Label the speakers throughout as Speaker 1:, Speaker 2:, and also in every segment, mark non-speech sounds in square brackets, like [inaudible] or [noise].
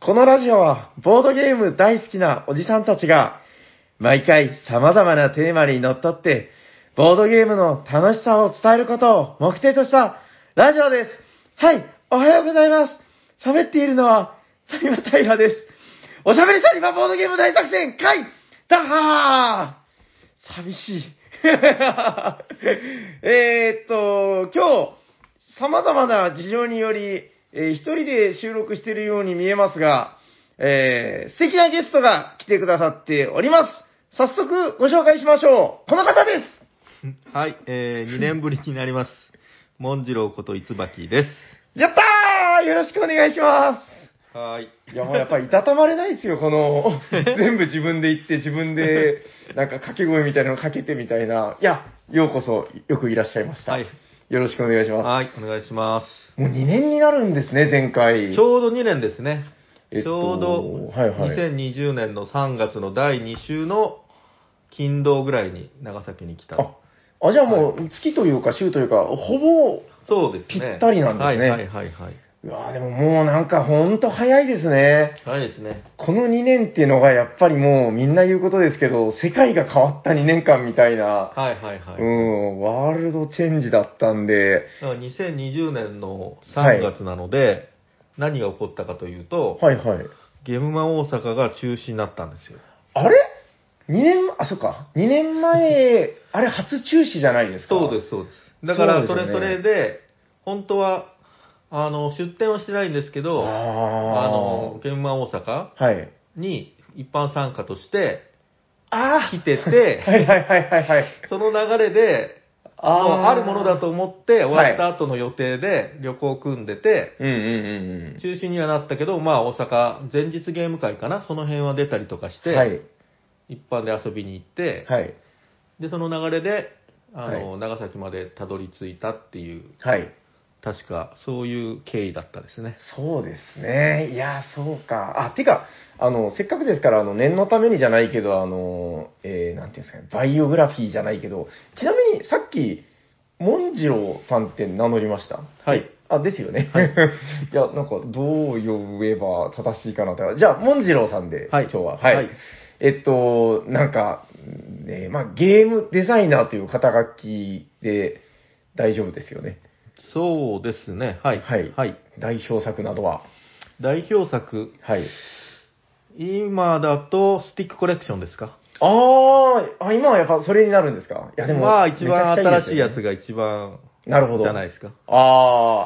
Speaker 1: このラジオはボードゲーム大好きなおじさんたちが毎回様々なテーマにのっとってボードゲームの楽しさを伝えることを目的としたラジオです。はい、おはようございます。喋っているのはサニバタイラです。おしゃべりサニバボードゲーム大作戦会ダッハー寂しい。 [laughs] えーっと、今日、様々な事情により、えー一人で収録しているように見えますが、えー素敵なゲストが来てくださっております。早速ご紹介しましょう。この方です。
Speaker 2: はい、えー、2年ぶりになります。 [laughs] モンジローこといつばきで。
Speaker 1: やったーよろしくお願いします
Speaker 2: はーい。
Speaker 1: す。いや、もうやっぱりいたたまれないですよ、この、 [laughs] 全部自分で言って、自分で、なんか掛け声みたいなのかけてみたいな。いや、ようこそ、よくいらっしゃいました。
Speaker 2: はい
Speaker 1: よろしくお願いします。
Speaker 2: はい、お願いしま
Speaker 1: もう2年になるんですね、前回。
Speaker 2: す。ちょうど2年ですね。
Speaker 1: えっと
Speaker 2: ちょうど、
Speaker 1: はいはい
Speaker 2: 2020年の3月の第2週の金土ぐらいに長崎に来た。
Speaker 1: あ、あじゃあもう、月というか週というか、ほぼ、
Speaker 2: そうですね。
Speaker 1: ぴったりなんですね
Speaker 2: はいはいはいはい。
Speaker 1: うわーでももうなんかほんと早いですね。
Speaker 2: はいですね。
Speaker 1: この2年っていうのがやっぱりもうみんな言うことですけど、世界が変わった2年間みたいな、
Speaker 2: はいはいはい。
Speaker 1: う
Speaker 2: だ
Speaker 1: ん、ワールドチェンジだったんで、
Speaker 2: から2020年の3月なので、何が起こったかというと、
Speaker 1: はいはい。
Speaker 2: ゲムマ大阪が中止になったんですよ。
Speaker 1: あれ ?2 年、あ、そっか。2年
Speaker 2: [laughs]
Speaker 1: 前、あれ初中止じゃないですか。
Speaker 2: そうです、そうです。だから、
Speaker 1: そ
Speaker 2: そう
Speaker 1: で
Speaker 2: れ
Speaker 1: す
Speaker 2: そ
Speaker 1: よね
Speaker 2: れで、本当は、あの、出店はしてないんですけど、あ
Speaker 1: あ
Speaker 2: の、現場大阪
Speaker 1: あ。はい。
Speaker 2: に一般参加として
Speaker 1: あ
Speaker 2: 来て
Speaker 1: あ。 [laughs]
Speaker 2: て、
Speaker 1: はいはいはいはいはい。
Speaker 2: その流れで、
Speaker 1: あ
Speaker 2: もう
Speaker 1: あ。
Speaker 2: あるものだと。思って、終わった後の予定で旅行を組んでて、
Speaker 1: うんうんうん
Speaker 2: 中止にはなったけど、まあ大阪、前日ゲーム会かな、その辺は出たりとかし
Speaker 1: うん。
Speaker 2: て、
Speaker 1: はい。
Speaker 2: 一般で遊びに行って、
Speaker 1: はい。
Speaker 2: で、その流れで、あの、長崎までたどり着いたっていう
Speaker 1: はい。
Speaker 2: 確か、そういう経緯だったですね。
Speaker 1: そうですね。いや、そうか。あ、てか、あの、せっかくですから、あの、念のためにじゃないけど、あの、えー、なんていうんですかね、バイオグラフィーじゃないけど、ちなみにさっき、モンジローさんって名乗りました
Speaker 2: はい。
Speaker 1: あ、ですよね。 [laughs] い、や、なんか、どう呼べば正しいかなと。じゃあ、モンジローさんで、
Speaker 2: はい
Speaker 1: 今日は。はい。
Speaker 2: はい
Speaker 1: えっと、なんか、ね、まあ、ゲームデザイナーという肩書きで大丈夫ですよね。
Speaker 2: そうですね。はい。
Speaker 1: はい代表作などは。
Speaker 2: 代表作、
Speaker 1: はい。
Speaker 2: 今だと、スティックコレクションですか
Speaker 1: あーあ、今はやっぱそれになるんですかいやでも、
Speaker 2: まあ、一番
Speaker 1: めちゃくち
Speaker 2: 新
Speaker 1: ゃ
Speaker 2: しいや
Speaker 1: です
Speaker 2: つ
Speaker 1: よね
Speaker 2: が一番、
Speaker 1: なるほど。
Speaker 2: じゃないですか。
Speaker 1: あ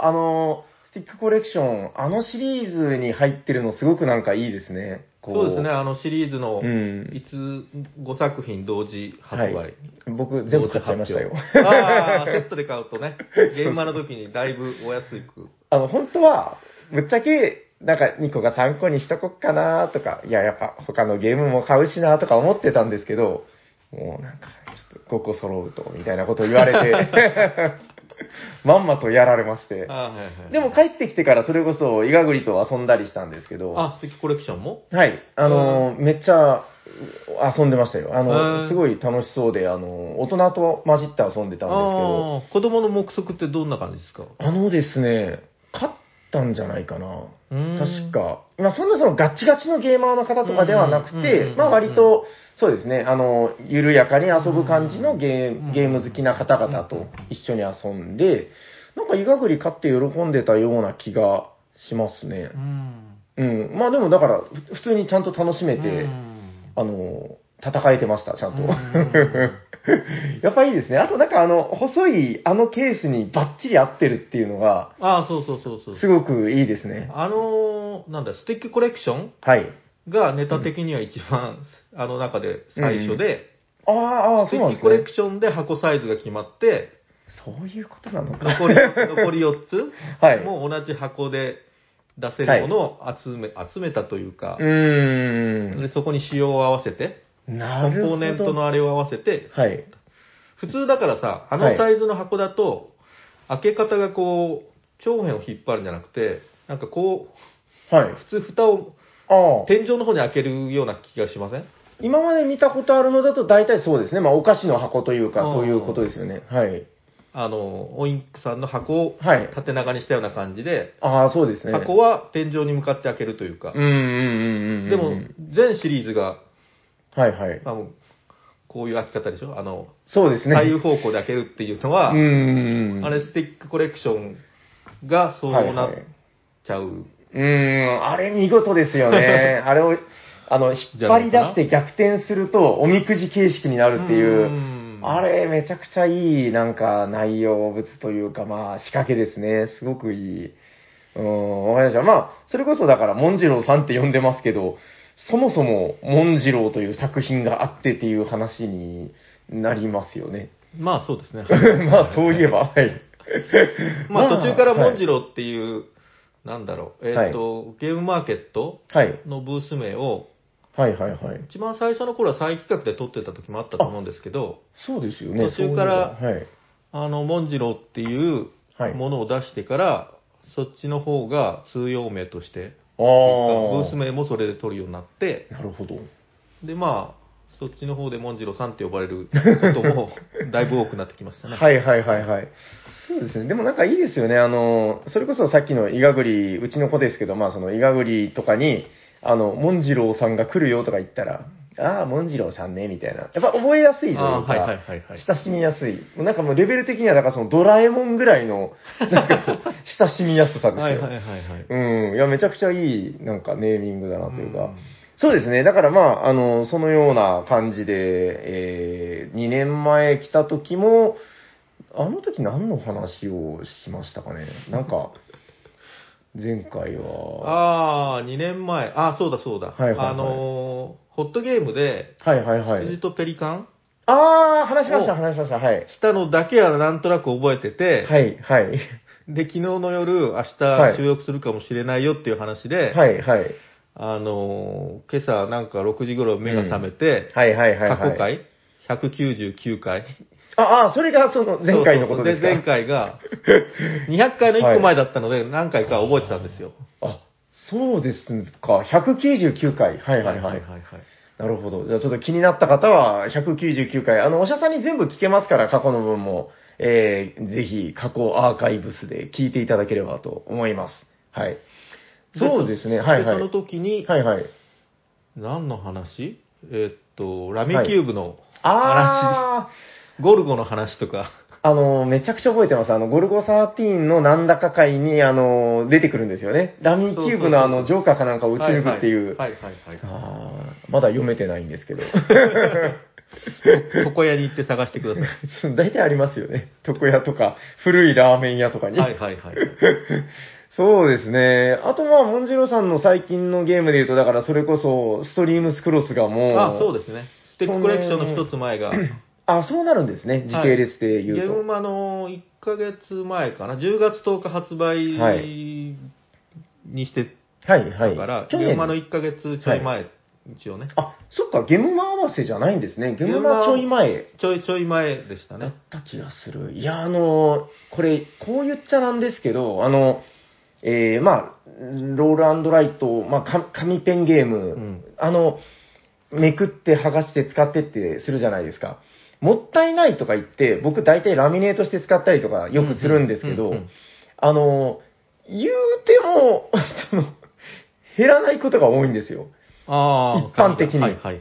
Speaker 1: あ、あの、スティックコレクション、あのシリーズに入ってるのすごくなんかいいですね。こ
Speaker 2: そうですね。。あのシリーズの、
Speaker 1: うん
Speaker 2: いつ、5作品同時発売。
Speaker 1: はい僕、全部買っちゃいましたよ
Speaker 2: 同時。発表ああ、セットで買う
Speaker 1: [laughs]
Speaker 2: とね、現場の時にだいぶお安く。
Speaker 1: あの、本当は、ぶっちゃけ、なんか2個が3個にしとこっかなとか、いや、やっぱ他のゲームも買うしなとか思ってたんですけど、もうなんか、ちょっと5個揃うと、みたいなこと言われて、まんまとやられまして。
Speaker 2: あーはいはい
Speaker 1: でも帰ってきてからそれこそ、イガグリと遊んだりしたんですけど、
Speaker 2: あ、スティックコレクションも
Speaker 1: はい、あのー、めっちゃ遊んでましたよ。あ
Speaker 2: へ
Speaker 1: の、
Speaker 2: ー
Speaker 1: すごい楽しそうで、あの、大人と混じって遊んでたんですけど、
Speaker 2: あー子供の目測ってどんな感じですか
Speaker 1: あのですね、勝ったんじゃないかな。
Speaker 2: うーん
Speaker 1: 確か。まあそんなそのガチガチのゲーマーの方とかではなく
Speaker 2: うんうんうん
Speaker 1: て
Speaker 2: う、ん
Speaker 1: まあ割と、そうですね、あの、緩やかに遊ぶ感じのゲ
Speaker 2: うんう
Speaker 1: ー
Speaker 2: ん
Speaker 1: ゲーム好きな方々と一緒に遊んで、なんかイガグリ買って喜んでたような気がしますね
Speaker 2: う。ん。
Speaker 1: うん。まあでもだから、ふ普通にちゃんと楽しめ
Speaker 2: う
Speaker 1: て、
Speaker 2: ん
Speaker 1: あの、戦えてました、ちゃんと
Speaker 2: うんうんうん。
Speaker 1: [laughs] やっぱいいですね。あとなんかあの、細いあのケースにバッチリ合ってるっていうのが、
Speaker 2: ああ、そうそうそうそう。
Speaker 1: すごくいいですね。
Speaker 2: あのーなんだ、スティックコレクション
Speaker 1: はい。
Speaker 2: がネタ的には一番、あの中で最初で、
Speaker 1: ああ、ああ、
Speaker 2: ス
Speaker 1: そ
Speaker 2: テ
Speaker 1: う
Speaker 2: ィ
Speaker 1: なん
Speaker 2: ッ
Speaker 1: で
Speaker 2: ク
Speaker 1: す
Speaker 2: コレ
Speaker 1: ね
Speaker 2: ク。ションで箱サイズが決まって、
Speaker 1: そういうことなのか。
Speaker 2: 残り、残り4つ
Speaker 1: はい。う
Speaker 2: もう同じ箱で出せるものを集め、集めたというか、
Speaker 1: ーん。
Speaker 2: でそこに仕様を合わせて、コ
Speaker 1: な
Speaker 2: ンポ
Speaker 1: るほど。
Speaker 2: ーネントのあれを合わせて、
Speaker 1: はい。
Speaker 2: 普通だからさ、
Speaker 1: は
Speaker 2: あの
Speaker 1: い
Speaker 2: サイズの箱だと、開け方がこう、長辺を引っ張るんじゃなくて、なんかこ、。
Speaker 1: はいう
Speaker 2: 普通蓋を
Speaker 1: ああ。
Speaker 2: 天井の方に開けるような気がしません
Speaker 1: 今まで見たことあるのだと大体そうですね。まあ、お菓子の箱というか、
Speaker 2: ああ
Speaker 1: そういうことですよね。はい。
Speaker 2: あの、オインクさんの箱を
Speaker 1: はい
Speaker 2: 縦長にしたような感じで、
Speaker 1: ああ、そうですね。
Speaker 2: 箱は天井に向かって開けるというか
Speaker 1: うん、うんうんうんうん。
Speaker 2: でも、全シリーズが、
Speaker 1: はいはい。
Speaker 2: あのこういう開き方でしょあの、
Speaker 1: そうですね。
Speaker 2: 左右方向で開けるっていうのは、
Speaker 1: うんうんうん。
Speaker 2: あれスティックコレクションがそう
Speaker 1: はい
Speaker 2: な
Speaker 1: は
Speaker 2: っ
Speaker 1: い
Speaker 2: ちゃう。
Speaker 1: うーん、あれ見事ですよ
Speaker 2: [laughs]
Speaker 1: ね。あれを、あの、引っ張り出して逆転すると、おみくじ形式になるっていう、
Speaker 2: ん
Speaker 1: あれめちゃくちゃいい、なんか、内容物というか、まあ、仕掛けですね。すごくいい。うーん、わかりました。まあ、それこそだから、モンジローさんって呼んでますけど、そもそも、モンジローという作品があってっていう話になりますよ
Speaker 2: [laughs]
Speaker 1: ね。
Speaker 2: まあそうですね。
Speaker 1: [laughs] まあ、そういえば、はい。
Speaker 2: [laughs] まあ途中からモンジ
Speaker 1: ロ
Speaker 2: ローっていう、なんだろう、えっ、と、ゲームマーケット
Speaker 1: ー、はい。
Speaker 2: のブース名を、
Speaker 1: はい、はい、はいはい。
Speaker 2: 一番最初の頃は再企画で撮ってた時もあったと思うんですけど、
Speaker 1: そうですよね。
Speaker 2: 途中から
Speaker 1: そういえ
Speaker 2: あの、モンジローっていう
Speaker 1: ばはい。はい。
Speaker 2: ものを出してから、そっちの方が通用名として、
Speaker 1: あ
Speaker 2: ブ
Speaker 1: ー
Speaker 2: ース名もそれで取るようになって、
Speaker 1: なるほど。
Speaker 2: で、まあ、そっちの方でモンジローさんって呼ばれることも、だいぶ多くなってきましたね。
Speaker 1: はいはいはいはい。そうですね。でもなんかいいですよね。あの、それこそさっきのイガグリ、うちの子ですけど、まあそのイガグリとかに、あの、モンジローさんが来るよとか言ったら、ああ、モンジローさんね、みたいな。やっぱ覚えやすいというか、
Speaker 2: あーはいはいはいはい。
Speaker 1: 親しみやすい。なんかもうレベル的には、だからそのドラえもんぐらいの、なんかこ
Speaker 2: [laughs]
Speaker 1: う、親しみやすさですよ。
Speaker 2: はいはいはいはい。
Speaker 1: うん。いや、めちゃくちゃいい、なんかネーミングだなというか。
Speaker 2: ん
Speaker 1: そうですね。だからまあ、あの、そのような感じで、えー、2年前来た時も、あの時何の話をしましたかね。なんか、前回は、
Speaker 2: ああ、2年前。ああ、そうだそうだ。
Speaker 1: はいはいはい
Speaker 2: あのーホットゲームで、
Speaker 1: はいはいは
Speaker 2: 羊
Speaker 1: い。
Speaker 2: とペリカン
Speaker 1: あー、話しました、
Speaker 2: お
Speaker 1: 話しました。はい。
Speaker 2: したのだけはなんとなく覚えてて、
Speaker 1: はい、はい。
Speaker 2: で、昨日の夜、明
Speaker 1: は
Speaker 2: 日
Speaker 1: い
Speaker 2: 収録するかもしれないよっていう話で、
Speaker 1: はい、はい。
Speaker 2: あのー今朝なんか6時頃目が覚めて、
Speaker 1: はい、はい、はい。
Speaker 2: 過去
Speaker 1: はい。
Speaker 2: 回、199回。
Speaker 1: あ、あ、それがその [laughs] 前回のことですか。
Speaker 2: そうそうそう
Speaker 1: [laughs]
Speaker 2: 前回が、200回の1個前だったので、何回か覚えてたんですよ。
Speaker 1: あ、そうですか。199回。はい、はい、はい。
Speaker 2: はい。
Speaker 1: なるほど。じゃあちょっと気になった方は、199回、あの、おしゃさんに全部聞けますから、過去の分も、えー、ぜひ、過去アーカイブスで聞いていただければと思います。はい。そうですね、はいは
Speaker 2: でその
Speaker 1: い。
Speaker 2: 時に、
Speaker 1: はいはい。
Speaker 2: 何の話えーっと、ラミキューブの
Speaker 1: あ
Speaker 2: ゴルゴの話とか、
Speaker 1: ー、あの、めちゃくちゃ覚えてます。あの、ゴルゴ13のなんだか会に、あの、出てくるんですよね。ラミーキューブのあの、ジョーカーかなんかを打ち抜くっていう。
Speaker 2: はいはいはいは
Speaker 1: あー、まだ読めてないんですけど。 [laughs]
Speaker 2: い。 [laughs] 床屋に行って探してください。
Speaker 1: 大体ありますよね。床屋とか、古いラーメン屋とかに。
Speaker 2: はいはいはい。
Speaker 1: そうですね。あとまあ、モンジローさんの最近のゲームで言うと、だからそれこそ、ストリームスクロスがもう、
Speaker 2: あ、そうですね。ステックコレクションの一つ前が、
Speaker 1: あそうなるんですね。時系列 [clears throat] で
Speaker 2: ゲ
Speaker 1: 言う
Speaker 2: ー
Speaker 1: と。
Speaker 2: ムマの1ヶ月前かな、10月10日発売
Speaker 1: は
Speaker 2: にして
Speaker 1: はい、はい、
Speaker 2: たから、
Speaker 1: 去
Speaker 2: ゲーム
Speaker 1: 年
Speaker 2: マの1ヶ月ちょい前、一応ね。
Speaker 1: あ、そっか、ゲームマ合わせじゃないんですね。ゲームマち
Speaker 2: ゲームマ
Speaker 1: ょい前
Speaker 2: ちょいちょい前でした
Speaker 1: だっ
Speaker 2: ね。
Speaker 1: た気がする。いや、あの、これ、こう言っちゃなんですけど、あの、えー、まあ、ロールライト、まあか、紙ペンゲーム、
Speaker 2: うん。
Speaker 1: あの、めくって剥がして使ってってするじゃないですか。もったいないとか言って、僕大体ラミネートして使ったりとかよくするんですけ
Speaker 2: う
Speaker 1: ど
Speaker 2: う、ん
Speaker 1: あの、言うても、 [laughs] その、減らないことが多いんですよ。
Speaker 2: ああ。
Speaker 1: 一般的に。
Speaker 2: はいはい。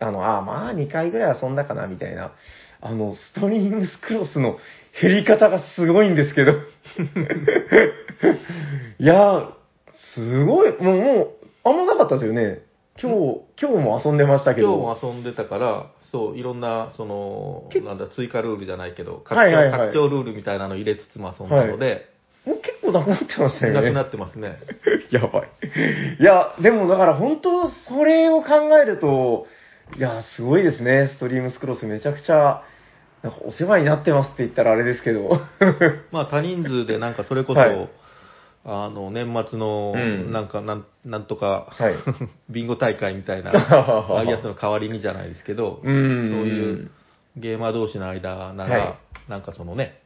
Speaker 1: あの、あーまあ2回ぐらい遊んだかな、みたいな。あの、ストリームスクロスの減り方がすごいんですけど。 [laughs] いやー、すごい。もう、もう、あんまなかったですよね。今日、今日も遊んでましたけ
Speaker 2: 今
Speaker 1: ど。
Speaker 2: 日も遊んでたから、そう、いろんな、その、なんだ、追加ルールじゃないけど、拡張,、
Speaker 1: はいはいはい
Speaker 2: 拡張ルールみたいなの入れつつも遊んだので、
Speaker 1: もう結構なくなってましたよね。
Speaker 2: なくなってますね。
Speaker 1: やばい。いや、でもだから本当、それを考えると、いや、すごいですね。ストリームスクロスめちゃくちゃ、なんかお世話になってますって言ったらあれですけど。
Speaker 2: まあ、多人数で、なんか、それこそ、
Speaker 1: はい
Speaker 2: あの、年末の、
Speaker 1: うん
Speaker 2: なんか、なん、なんとか、
Speaker 1: はい。
Speaker 2: [laughs] ビンゴ大会みたい
Speaker 1: [laughs]
Speaker 2: な、あ
Speaker 1: あ
Speaker 2: あいうやつの代わりにじゃないですけど、
Speaker 1: うんうんうん
Speaker 2: そういうゲーマー同士の間なら、
Speaker 1: は
Speaker 2: なんかそのね、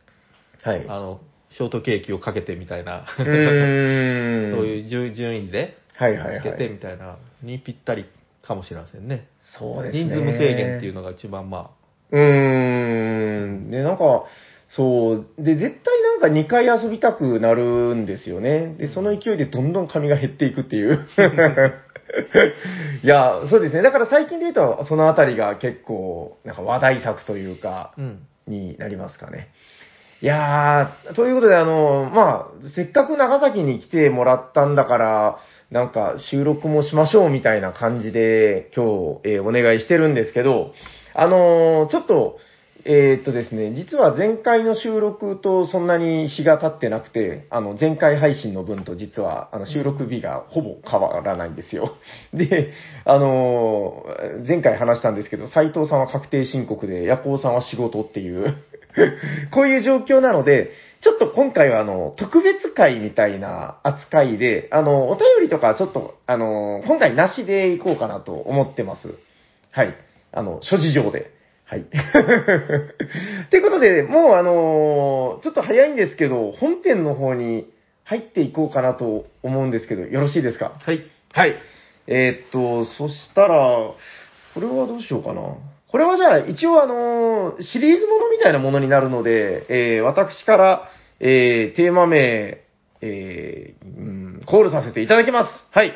Speaker 1: はい。
Speaker 2: あの、ショートケーキをかけてみたいな、
Speaker 1: う
Speaker 2: [laughs] そう
Speaker 1: ーん。
Speaker 2: いう順順位で、
Speaker 1: はいはい
Speaker 2: つけ
Speaker 1: は
Speaker 2: て
Speaker 1: い。
Speaker 2: みたいなにぴったりかもしれませんね。
Speaker 1: そうですね。
Speaker 2: 人数無制限っていうのが一番ま
Speaker 1: うーん。で、なんか、そう。で、絶対なんか2回遊びたくなるんですよね。で、その勢いでどんどん髪が減っていくっていう。 [laughs] いや、そうですね。だから最近で言うと、そのあたりが結構、なんか話題作というか、
Speaker 2: うん。
Speaker 1: になりますかね。いやー、ということで、あの、まあ、せっかく長崎に来てもらったんだから、なんか収録もしましょうみたいな感じで、今日、えーお願いしてるんですけど、あのーちょっと、えーっとですね、実は前回の収録とそんなに日が経ってなくて、あの、前回配信の分と実は、あの、収録日がほぼ変わらないんですよ。 [laughs] で、あのー前回話したんですけど、斉藤さんは確定申告で、夜行さんは仕事っていう、 [laughs] こういう状況なので、ちょっと今回はあの、特別会みたいな扱いで、あの、お便りとかちょっと、あのー今回なしでいこうかなと思ってます。はい。あの、諸事情で。はい。 [laughs] ってことで、もうあのーちょっと早いんですけど、本編の方に入っていこうかなと思うんですけど、よろしいですか
Speaker 2: はい。
Speaker 1: はい。えーっと、そしたら、これはどうしようかな。これはじゃあ、一応あのーシリーズものみたいなものになるので、えー私から、えーテーマ名、えーうん、コールさせていただきます。はい。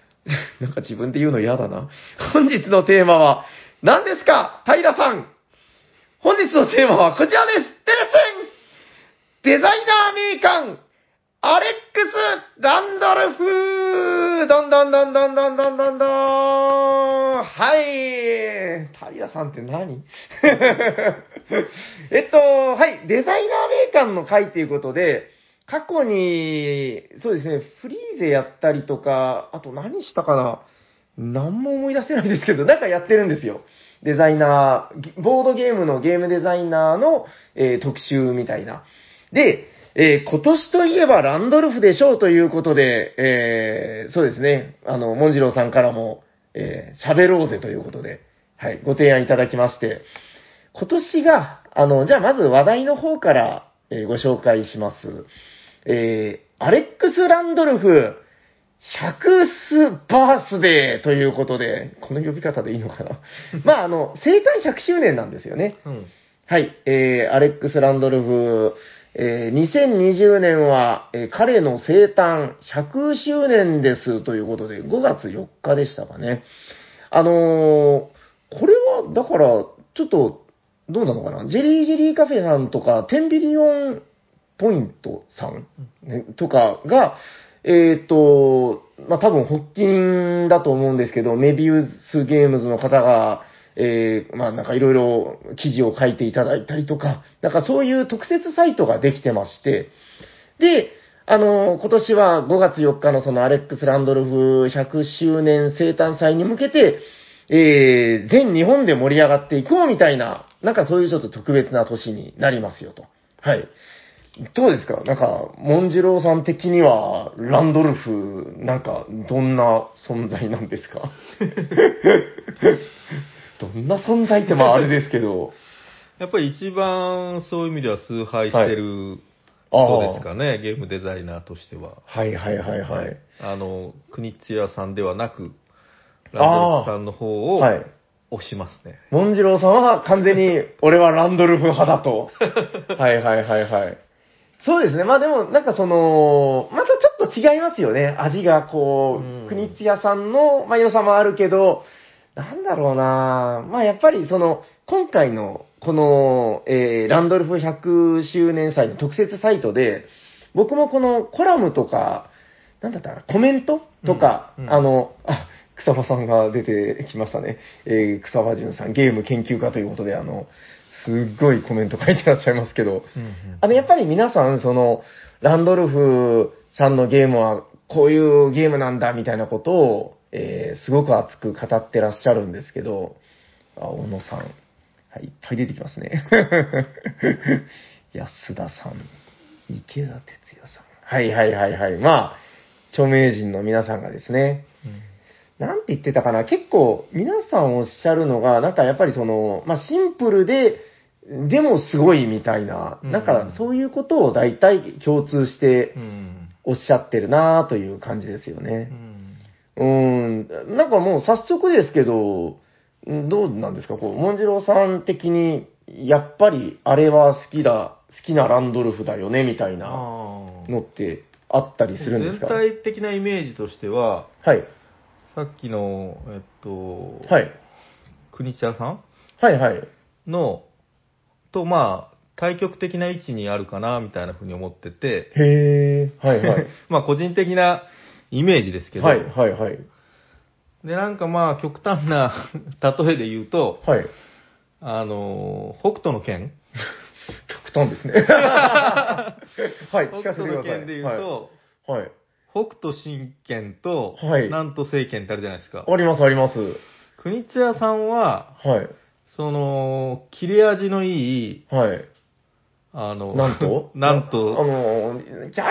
Speaker 1: [laughs] なんか自分で言うの嫌だな。本日のテーマは、何ですか平さん本日のテーマはこちらですテレフンデザイナー名鑑、アレックス・ランドルフどんどんどんどんどんどんどんどんはい平さんって何えっと、はい、デザイナー名鑑の回っていうことで、過去に、そうですね、フリーゼやったりとか、あと何したかな何も思い出せないですけど、なんかやってるんですよ。デザイナーぎ、ボードゲームのゲームデザイナーの、えー特集みたいな。で、えー今年といえばランドルフでしょうということで、えーそうですね、あの、モンジローさんからも、えー喋ろうぜということで、はい、ご提案いただきまして、今年が、あの、じゃあまず話題の方から、えーご紹介します。えーアレックス・ランドルフ、100スバースデーということで、この呼び方でいいのか [laughs] なまあ、あの、生誕100周年なんですよね。
Speaker 2: うん。
Speaker 1: はい、えー、アレックス・ランドルフ、えー、2020年は、えー彼の生誕100周年ですということで、5月4日でしたかね。あのーこれは、だから、ちょっと、どうなのかなジェリージェリーカフェさんとか、テンビリオンポイントさん、ね、とかが、えっ、と、まあ、多分、発禁だと思うんですけど、メビウスゲームズの方が、えーまあ、なんかいろいろ記事を書いていただいたりとか、なんかそういう特設サイトができてまして、で、あのー今年は5月4日のそのアレックス・ランドルフ100周年生誕祭に向けて、えー全日本で盛り上がっていこうみたいな、なんかそういうちょっと特別な年になりますよと。はい。どうですかなんか、モンジローさん的には、ランドルフ、なんか、どんな存在なんですか [laughs] どんな存在って、まああれですけど。
Speaker 2: やっぱり一番そういう意味では崇拝してる
Speaker 1: あ
Speaker 2: 人
Speaker 1: あ
Speaker 2: ですかね、ゲームデザイナーとしては。
Speaker 1: はいはいはいはい。
Speaker 2: あの、国津屋さんではなく、
Speaker 1: あー
Speaker 2: ランドルフさんの方を
Speaker 1: はい。
Speaker 2: 押しますね。
Speaker 1: モンジローさんは完全に、俺はランドルフ派だ [laughs] と。はいはいはいはい。そうですね。まあでも、なんかその、またちょっと違いますよね。味がこ
Speaker 2: う
Speaker 1: う、
Speaker 2: ん
Speaker 1: 国津屋さんの、まあ良さもあるけど、なんだろうなまあやっぱりその、今回の、この、えーランドルフ100周年祭の特設サイトで、僕もこのコラムとか、なんだったかな、コメントとか、
Speaker 2: うんうん
Speaker 1: あの、あ、草場さんが出てきましたね。えー草場淳さん、ゲーム研究家ということで、あの、すっごいコメント書いてらっしゃいますけど、あの、やっぱり皆さん、その、ランドルフさんのゲームは、こういうゲームなんだ、みたいなことを、えーすごく熱く語ってらっしゃるんですけど、あ、小野さん。はい、いっぱい出てきますね。 [laughs] 安田さん、池田哲也さん。はいはいはいはい。まあ、著名人の皆さんがですね、なんて言ってたかな、結構皆さんおっしゃるのが、なんかやっぱりその、まあシンプルで、でもすごいみたいな、
Speaker 2: うん
Speaker 1: なんかそういうことを大体共通して
Speaker 2: うん
Speaker 1: おっしゃってるなという感じですよ
Speaker 2: う
Speaker 1: ね。
Speaker 2: ん
Speaker 1: うーん、なんかもう早速ですけど、んどうなんですか、こう、モンジローさん的にやっぱりあれは好きだ、好きなランドルフだよね、みたいな
Speaker 2: あー
Speaker 1: のってあったりするんですか
Speaker 2: 全体的なイメージとしては、
Speaker 1: はい。
Speaker 2: さっきの、えっと、
Speaker 1: はい。
Speaker 2: 国茶さん
Speaker 1: はいはい。
Speaker 2: の、と、まあ、対極的な位置にあるかな、みたいなふうに思ってて、
Speaker 1: へー。はいはい。
Speaker 2: [laughs] まあ、個人的なイメージですけど、
Speaker 1: はいはいはい。
Speaker 2: で、なんかまあ、極端な [laughs] 例えで言うと、
Speaker 1: はい。
Speaker 2: あの、北斗の剣
Speaker 1: 極端ですね。 [laughs] はい、聞かせてくだ
Speaker 2: 北斗の
Speaker 1: さい。
Speaker 2: 剣で言うと、
Speaker 1: はい。はい。
Speaker 2: 北斗神拳と、
Speaker 1: はい
Speaker 2: なんと聖剣ってあるじゃないですか。
Speaker 1: ありますあります。
Speaker 2: 国津屋さんは、
Speaker 1: はい。
Speaker 2: その、切れ味のいい、
Speaker 1: はい。
Speaker 2: あの、
Speaker 1: なんと
Speaker 2: [laughs] なん
Speaker 1: あ
Speaker 2: と、
Speaker 1: のー、キャーキャーキャーキャ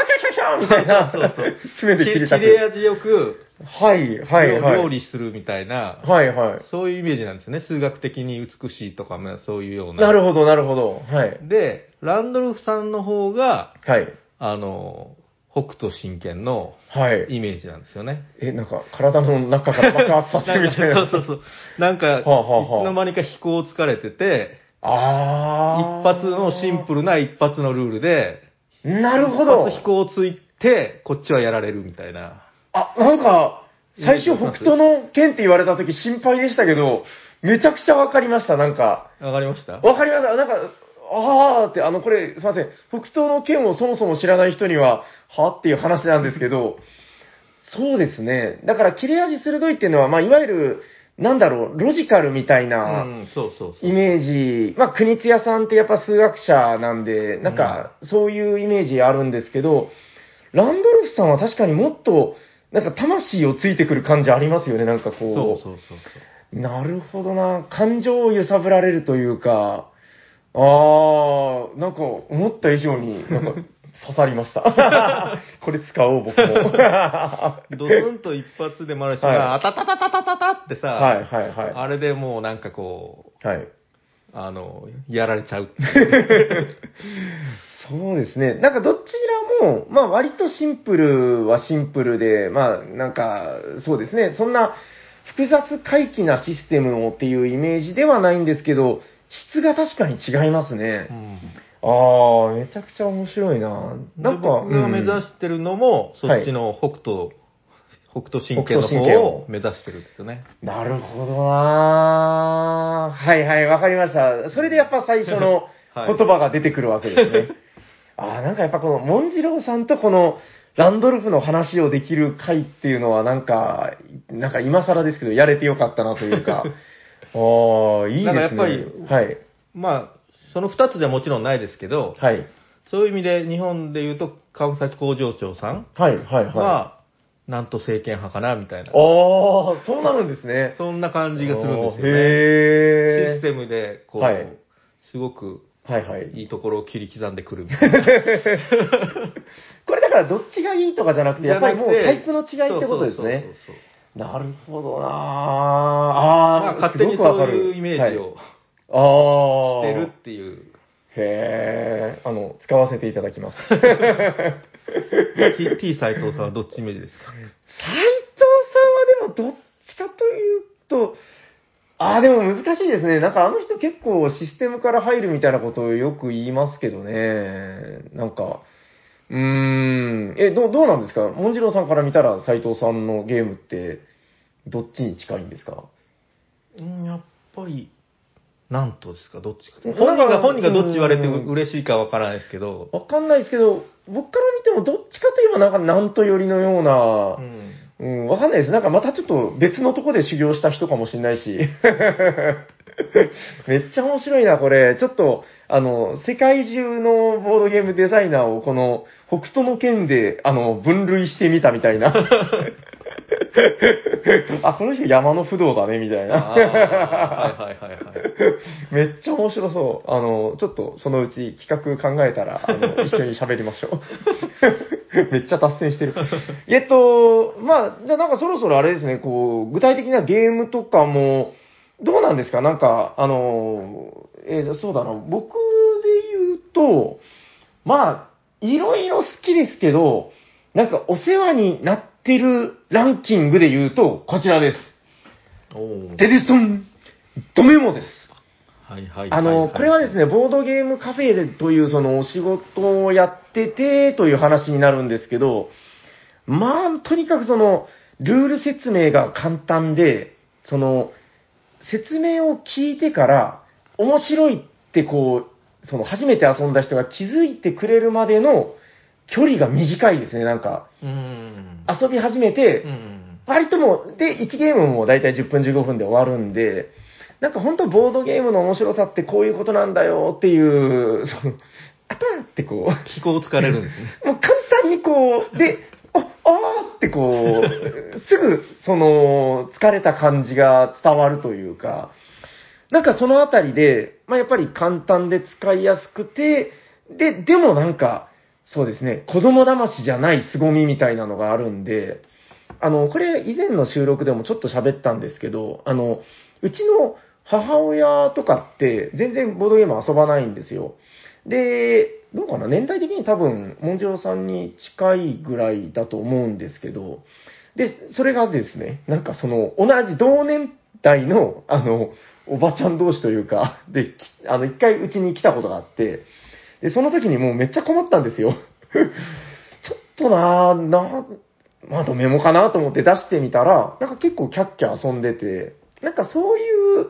Speaker 1: ーみたいな、
Speaker 2: そう
Speaker 1: [laughs]
Speaker 2: そう
Speaker 1: 爪で切り裂く。
Speaker 2: 切れ味よく、
Speaker 1: はい、はい、はい。
Speaker 2: 料理するみたいな、
Speaker 1: はい、は
Speaker 2: そういうイメージなんですね。数学的に美しいとか、まあそういうよう
Speaker 1: い。
Speaker 2: な。
Speaker 1: なるほど、なるほど。はい。
Speaker 2: で、ランドルフさんの方が、
Speaker 1: はい。
Speaker 2: あの、北斗神拳の
Speaker 1: はい。
Speaker 2: イメージなんですよね。
Speaker 1: え、なんか、体の中から爆発させるみたい
Speaker 2: [laughs] なんかそう
Speaker 1: な。
Speaker 2: そうそう。なんか、いつ
Speaker 1: はあはあはあ
Speaker 2: の間にか飛行を疲れてて、
Speaker 1: あ
Speaker 2: 一
Speaker 1: ー。
Speaker 2: 発のシンプルな一発のルールで、
Speaker 1: なるほど
Speaker 2: 一。発飛行をついて、こっちはやられるみたいな。
Speaker 1: あ、なんか、最初北斗の剣って言われた時心配でしたけど、めちゃくちゃわかりました、なんか。
Speaker 2: わかりました、
Speaker 1: わかりました。なんか、あーって、あの、これ、すいません。北東の剣をそもそも知らない人には、はっていう話なんですけど、そうですね。だから、切れ味鋭いっていうのは、まあ、いわゆる、なんだろう、ロジカルみたいうなん
Speaker 2: そうそうそう。
Speaker 1: イメージ。まあ、国津屋さんってやっぱ数学者なんで、なんか、そういうイメージあるんですけど、ランドルフさんは確かにもっと、なんか魂をついてくる感じありますよね、なんかこう。
Speaker 2: そうそうそうそう。
Speaker 1: なるほどな。感情を揺さぶられるというか、あー、なんか思った以上になんか刺さりました。これ使おう、僕も。 [laughs] は
Speaker 2: ドドンと一発でもあるし、
Speaker 1: はい
Speaker 2: まああたたたたたたたってさ、
Speaker 1: いはいは
Speaker 2: あれでもうなんかこ
Speaker 1: い。はい。
Speaker 2: う、あの、やられちゃう。
Speaker 1: そうですね。なんかどちらも、まあ割とシンプルはシンプルで、まあなんか、そうですね。そんな複雑回帰なシステムをっていうイメージではないんですけど、質が確かに違いますね。ああ、めちゃくちゃ面白いな。な
Speaker 2: な
Speaker 1: んん
Speaker 2: か
Speaker 1: か、
Speaker 2: 僕が目指
Speaker 1: うん
Speaker 2: してるのも、
Speaker 1: うん
Speaker 2: そっちの北斗、北斗神経の
Speaker 1: 北斗神経
Speaker 2: 方
Speaker 1: を
Speaker 2: を目指してるんですよね。
Speaker 1: なるほどなーはいはい、わかりました。それでやっぱ最初の
Speaker 2: はい
Speaker 1: 言葉が出てくるわけです
Speaker 2: [laughs]
Speaker 1: ね。ああ、なんかやっぱこの、モンジローさんとこの、ランドルフの話をできる回っていうのはなんか、なんか今更ですけど、やれてよかったなという
Speaker 2: [laughs]
Speaker 1: か。ああ、いいですね。
Speaker 2: なんかやっぱり
Speaker 1: はい。
Speaker 2: まあ、その二つではもちろんないですけど、
Speaker 1: はい。
Speaker 2: そういう意味で日本で言うと、川崎工場長さん
Speaker 1: はい、はい、はい。ああ
Speaker 2: は、なんと政権派かな、みたいな。
Speaker 1: ー、そうなるんですね。
Speaker 2: そんな感じがするんですよね。
Speaker 1: へ
Speaker 2: システムで、こう、
Speaker 1: はい
Speaker 2: すごく
Speaker 1: ーはい、はい。
Speaker 2: いいところを切り刻んでくるみたいな。
Speaker 1: これだからどっちがいいとかじゃなくて、やっぱりもう
Speaker 2: じゃな
Speaker 1: タ
Speaker 2: く
Speaker 1: イプの [laughs] 違いってことですね
Speaker 2: そう。そうそうそう
Speaker 1: なるほどなぁ。あ
Speaker 2: まあ
Speaker 1: ー、
Speaker 2: 勝手に
Speaker 1: すごく
Speaker 2: そ
Speaker 1: わか
Speaker 2: う
Speaker 1: る
Speaker 2: いうイメージをし
Speaker 1: はい
Speaker 2: て
Speaker 1: あー
Speaker 2: るっていう。
Speaker 1: へーあの、使わせていただき
Speaker 2: [laughs]
Speaker 1: ます。斎
Speaker 2: T, T 斎藤さんはどっちイメージですか
Speaker 1: 藤さんはでもどっちかというと、あー、でも難しいですね。なんかあの人結構システムから入るみたいなことをよく言いますけどね。なんか、うーん。え、どう、どうなんですか文次郎さんから見たら斎藤さんのゲームって、どっちに近いんですか
Speaker 2: うん、やっぱり、なんとですか、どっちか
Speaker 1: なんか
Speaker 2: 本人が、本人がどっち言われて
Speaker 1: うん
Speaker 2: 嬉しいかわからないですけど、
Speaker 1: わかんないですけど、僕から見てもどっちかといえばなんかなんと寄りのよう
Speaker 2: う
Speaker 1: な、
Speaker 2: ん
Speaker 1: うん、わかんないです。なんかまたちょっと別のとこで修行した人かもしれないし。 [laughs] めっちゃ面白いな、これ。ちょっと、あの、世界中のボードゲームデザイナーをこの北斗の剣で、あの、分類してみたみたいな。 [laughs] あ、この人山の不動だね、みたい
Speaker 2: あー
Speaker 1: な。
Speaker 2: はいはいはいはい。
Speaker 1: めっちゃ面白そう。あの、ちょっとそのうち企画考えたら、あの、一緒に喋りましょう。 [laughs] めっちゃ脱線してる。えっと、まあ、じゃあなんかそろそろあれですね、こう、具体的なゲームとかも、どうなんですかなんか、あの、えーそうだな、僕で言うと、まあ、いろいろ好きですけど、なんかお世話になってるランキングで言うと、こちらです。
Speaker 2: おー
Speaker 1: デデストン、ドメモです。
Speaker 2: はいはい。
Speaker 1: あの、これはですね、
Speaker 2: ね、
Speaker 1: ボードゲームカフェでというそのお仕事をやっててという話になるんですけど、まあ、とにかくその、ルール説明が簡単で、その、説明を聞いてから、面白いってこう、その、初めて遊んだ人が気づいてくれるまでの距離が短いですね、なんか。
Speaker 2: うん。
Speaker 1: 遊び始めて、
Speaker 2: うん。
Speaker 1: 割ともう、で、1ゲームも大体10分15分で終わるんで、なんか本当ボードゲームの面白さってこういうことなんだよっていう、その、あたってこう、
Speaker 2: 気候疲れるんです
Speaker 1: も
Speaker 2: ね。
Speaker 1: う簡単にこう、で、あ、あーってこう、すぐ、その、疲れた感じが伝わるというか、なんかそのあたりで、まあ、やっぱり簡単で使いやすくて、で、でもなんか、そうですね、子供騙しじゃない凄みみたいなのがあるんで、あの、これ以前の収録でもちょっと喋ったんですけど、あの、うちの母親とかって全然ボードゲーム遊ばないんですよ。で、どうかな、年代的に多分、文次郎さんに近いぐらいだと思うんですけど、で、それがですね、なんかその、同じ同年代の、あの、おばちゃん同士というか、で、きあの、一回うちに来たことがあって、で、その時にもうめっちゃ困ったんですよ。 [laughs] ちょっとなぁ、なまあ、ドメモかなと思って出してみたら、なんか結構キャッキャ遊んでて、なんかそういう、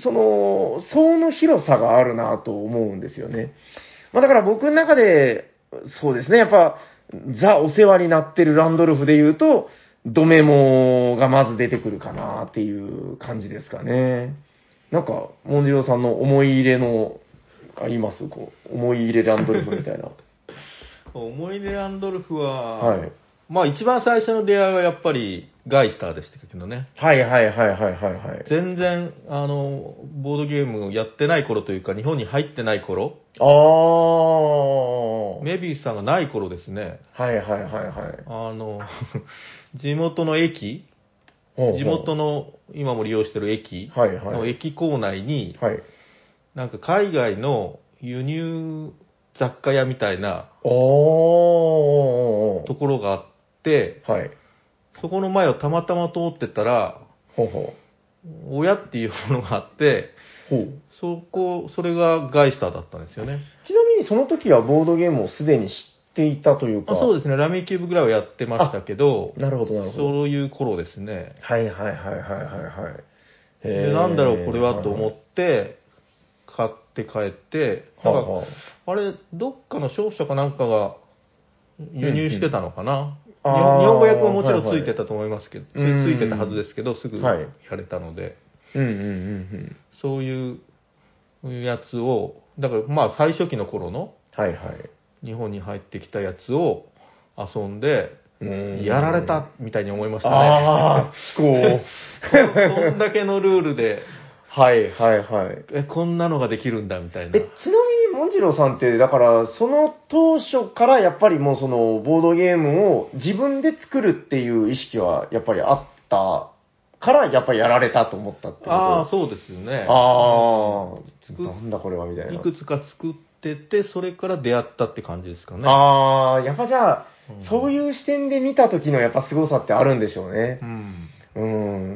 Speaker 1: その、層の広さがあるなと思うんですよね。まあ、だから僕の中で、そうですね、やっぱ、ザお世話になってるランドルフで言うと、ドメモがまず出てくるかなっていう感じですかね。なんか、モンジロさんの思い入れの、ありますこう、思い入れランドルフみた [laughs] いな。
Speaker 2: [laughs] 思い出ランドルフは、
Speaker 1: はい。
Speaker 2: まあ一番最初の出会いはやっぱりガイスターでしたけどね。
Speaker 1: はいはいはいはいはいはい。
Speaker 2: 全然、あの、ボードゲームをやってない頃というか、日本に入ってない頃、
Speaker 1: ああ。
Speaker 2: メビウスさんがない頃ですね、
Speaker 1: はいはいはいはい。
Speaker 2: あの、 [laughs] 地元の駅、
Speaker 1: ほうほう
Speaker 2: 地元の今も利用してる駅
Speaker 1: はいはい。
Speaker 2: の駅構内に、
Speaker 1: はい。
Speaker 2: なんか海外の輸入雑貨屋みたいな
Speaker 1: おー
Speaker 2: ところがあって、
Speaker 1: はい。
Speaker 2: そこの前をたまたま通ってたら、
Speaker 1: ほうほ
Speaker 2: 親っていうものがあって、
Speaker 1: う。ほう。
Speaker 2: そこ、それがガイスターだったんですよね。
Speaker 1: ちなみにその時はボードゲームをすでに知っていたというか。
Speaker 2: あそう
Speaker 1: で
Speaker 2: ですね、ラミーキューブぐらいはやってましたけど、
Speaker 1: なるほどなるほど。
Speaker 2: そういう頃ですね。
Speaker 1: はいはいはいはいはいはい。
Speaker 2: で、なんだろう、これはと思って、買って帰って、
Speaker 1: は
Speaker 2: ないん
Speaker 1: は
Speaker 2: か
Speaker 1: いは
Speaker 2: あれ、どっかの商社かなんかが輸入してたのかな、
Speaker 1: うんうん
Speaker 2: 日
Speaker 1: あー
Speaker 2: 本日本語訳はもちろんついてたと思いますけど、
Speaker 1: はいはい
Speaker 2: つついてたはずですけど、すぐ
Speaker 1: はい
Speaker 2: やれたので、
Speaker 1: うんうんうん
Speaker 2: そういうやつを、だからまあ最初期の頃の
Speaker 1: うん。はいはい。
Speaker 2: 日本に入ってきたやつを遊んで、
Speaker 1: うーん
Speaker 2: やられたみたいに思いましたね。
Speaker 1: ああ、
Speaker 2: [laughs]
Speaker 1: こ
Speaker 2: こんだけのルールで、
Speaker 1: う。 [laughs] はいはいはい。
Speaker 2: え、こんなのができるんだみたいな
Speaker 1: え、ち。なみに、もんじろうさんって、だから、その当初からやっぱりもうその、ボードゲームを自分で作るっていう意識は、やっぱりあったから、やっぱりやられたと思ったってこと
Speaker 2: ああ、そうですよね。
Speaker 1: あ
Speaker 2: 作
Speaker 1: あ、
Speaker 2: っ
Speaker 1: なんだこれはみたいな。
Speaker 2: いくつか作ってて、それから出会ったって感じですかね。
Speaker 1: ああ、やっぱじゃあ、
Speaker 2: うん
Speaker 1: そういう視点で見た時のやっぱ凄さってあるんでしょうね
Speaker 2: う。ん。
Speaker 1: う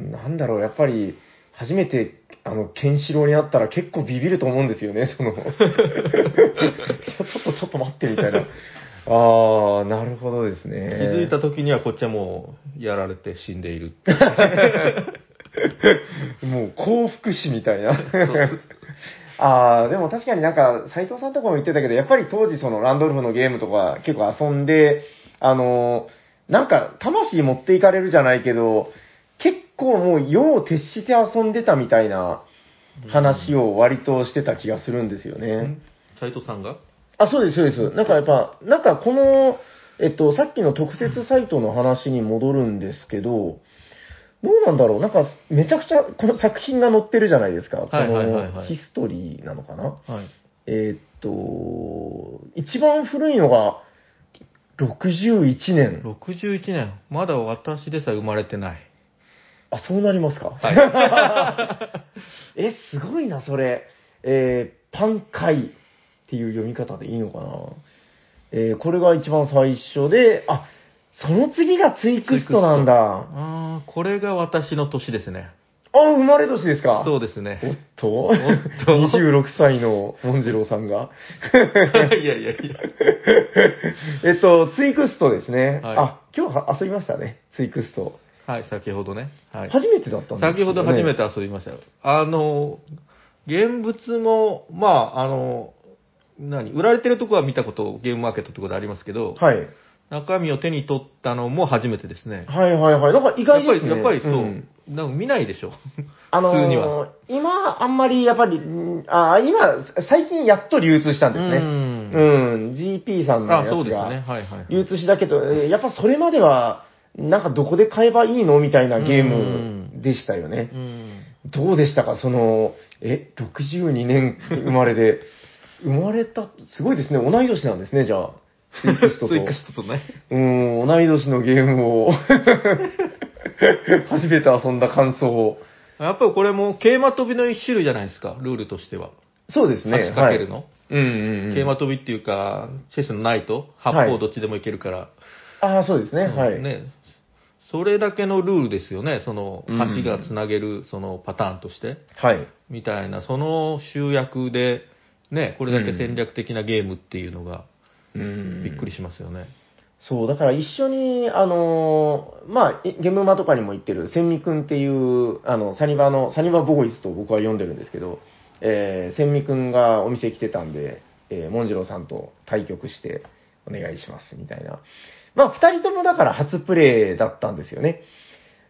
Speaker 1: ん、なんだろう、やっぱり、初めて、あの、ケンシロウに会ったら結構ビビると思うんですよね、
Speaker 2: [laughs]
Speaker 1: その。いやちょっと、ちょっと待って、みたいな。ああ、なるほどですね。
Speaker 2: 気づいた時にはこっちはもうやられて死んでいるって
Speaker 1: もう幸福死みたいな
Speaker 2: う。
Speaker 1: [laughs] ああ、でも確かになんか、斎藤さんとかも言ってたけど、やっぱり当時そのランドルフのゲームとか結構遊んで、あのーなんか魂持っていかれるじゃないけど、結構もう世を徹して遊んでたみたいな話を割としてた気がするんですよね。
Speaker 2: 斎藤さんが
Speaker 1: あ、そうです、そうです。なんかやっぱ、なんかこの、えっと、さっきの特設サイトの話に戻るんですけど、どうなんだろうなんか、めちゃくちゃ、この作品が載ってるじゃないですか。こ
Speaker 2: はいはいはいは
Speaker 1: の
Speaker 2: い
Speaker 1: ヒストリーなのかな
Speaker 2: はい。
Speaker 1: えーっと、一番古いのが、61年。
Speaker 2: 61年。まだ私でさえ生まれてない。
Speaker 1: あ、そうなりますか。 [laughs] え、すごいな、それ。えーパンカイっていう読み方でいいのかな。えーこれが一番最初で、あ、その次がツイクストなんだ。
Speaker 2: ああ、これが私の年ですね。
Speaker 1: あ、生まれ年ですか。
Speaker 2: そううですね。
Speaker 1: おっと
Speaker 2: おっ
Speaker 1: [laughs]
Speaker 2: と
Speaker 1: ?26 歳のモンジローさんが。
Speaker 2: [laughs]
Speaker 1: [laughs]
Speaker 2: いやいやいや。
Speaker 1: えっと、ツイクストですね。
Speaker 2: はい
Speaker 1: あ、今日は遊びましたね。ツイクスト。
Speaker 2: はい、先ほどね。はい。
Speaker 1: 初めてだったんですよね
Speaker 2: 先ほど初めて遊びましたよ。あの、現物も、まあ、あの、何、売られてるとこは見たこと、ゲームマーケットってことありますけど、
Speaker 1: はい。
Speaker 2: 中身を手に取ったのも初めてですね。
Speaker 1: はいはいはい。なんか意外ですね。
Speaker 2: やっぱり、やっぱりそう。
Speaker 1: ん
Speaker 2: なんか見ないでしょ。
Speaker 1: あのー
Speaker 2: 普通には。
Speaker 1: 今、あんまり、やっぱり、んあー今、最近やっと流通したんですね。う
Speaker 2: う
Speaker 1: ん。GP さんのや
Speaker 2: あ
Speaker 1: つ、
Speaker 2: そうですね。
Speaker 1: が、
Speaker 2: はいはいはい。
Speaker 1: 流通したけど、えーやっぱそれまでは、なんかどこで買えばいいのみたいなゲームでしたよね
Speaker 2: う。ん
Speaker 1: どうでしたかその、え、62年生まれで、 [laughs] 生まれた、すごいですね。同い年なんですね、じゃあ。ツイクストと
Speaker 2: ツ。イク [laughs] ストとね。
Speaker 1: うん、同い年のゲーム
Speaker 2: [laughs]
Speaker 1: を、初めて遊んだ感想を。
Speaker 2: やっぱりこれも桂馬飛びの一種類じゃないですか、ルールとしては。
Speaker 1: そうですね。
Speaker 2: 足かけるの、
Speaker 1: はい、うんうん、うん。
Speaker 2: 桂馬飛びっていうか、チェスのナイト、八
Speaker 1: はい
Speaker 2: 方どっちでもいけるから。
Speaker 1: ああ、そうですね。
Speaker 2: うん
Speaker 1: はい。
Speaker 2: ね。それだけのルールですよね、その、
Speaker 1: うん
Speaker 2: 橋がつなげる、そのパターンとして。
Speaker 1: はい。
Speaker 2: みたいな、その集約で、ね、これだけ戦略的なゲームっていうのが、
Speaker 1: うん
Speaker 2: びっくりしますよね。
Speaker 1: そう、だから一緒に、あのーまあ、えゲームマとかにも行ってる、千美くんっていう、あの、サニバの、サニバボーイズと僕は読んでるんですけど、えー、千美くんがお店来てたんで、えー、モンジローさんと対局して、お願いします、みたいな。まあ、二人ともだから初プレイだったんですよね。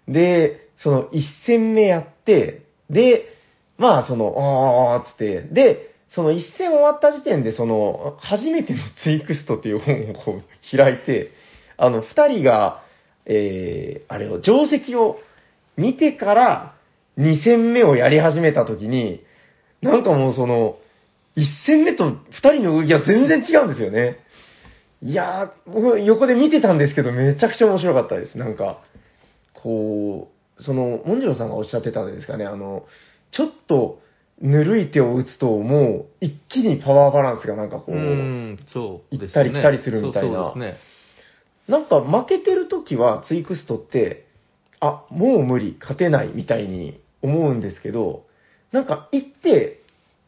Speaker 1: で、その一戦目やって、で、まあ、その、あーっつって、で、その一戦終わった時点で、その、初めてのツイクストっていう本をこう開いて、あの、二人が、えー、あれを、定石を見てから、二戦目をやり始めた時に、なんかもうその、一戦目と二人の動きが全然違うんですよね。いやー、僕横で見てたんですけど、めちゃくちゃ面白かったです。なんか、こう、その、モンジローさんがおっしゃってたんですかね、あの、ちょっと、ぬるい手を打つと、もう、一気にパワーバランスがなんかこ
Speaker 2: う
Speaker 1: う、
Speaker 2: ん、そうで
Speaker 1: 行
Speaker 2: すね。
Speaker 1: ったり来たりするみたいな
Speaker 2: そうそうですね。
Speaker 1: なんか負けてる時はツイクストって、あ、もう無理、勝てないみたいに思うんですけど、なんか行って、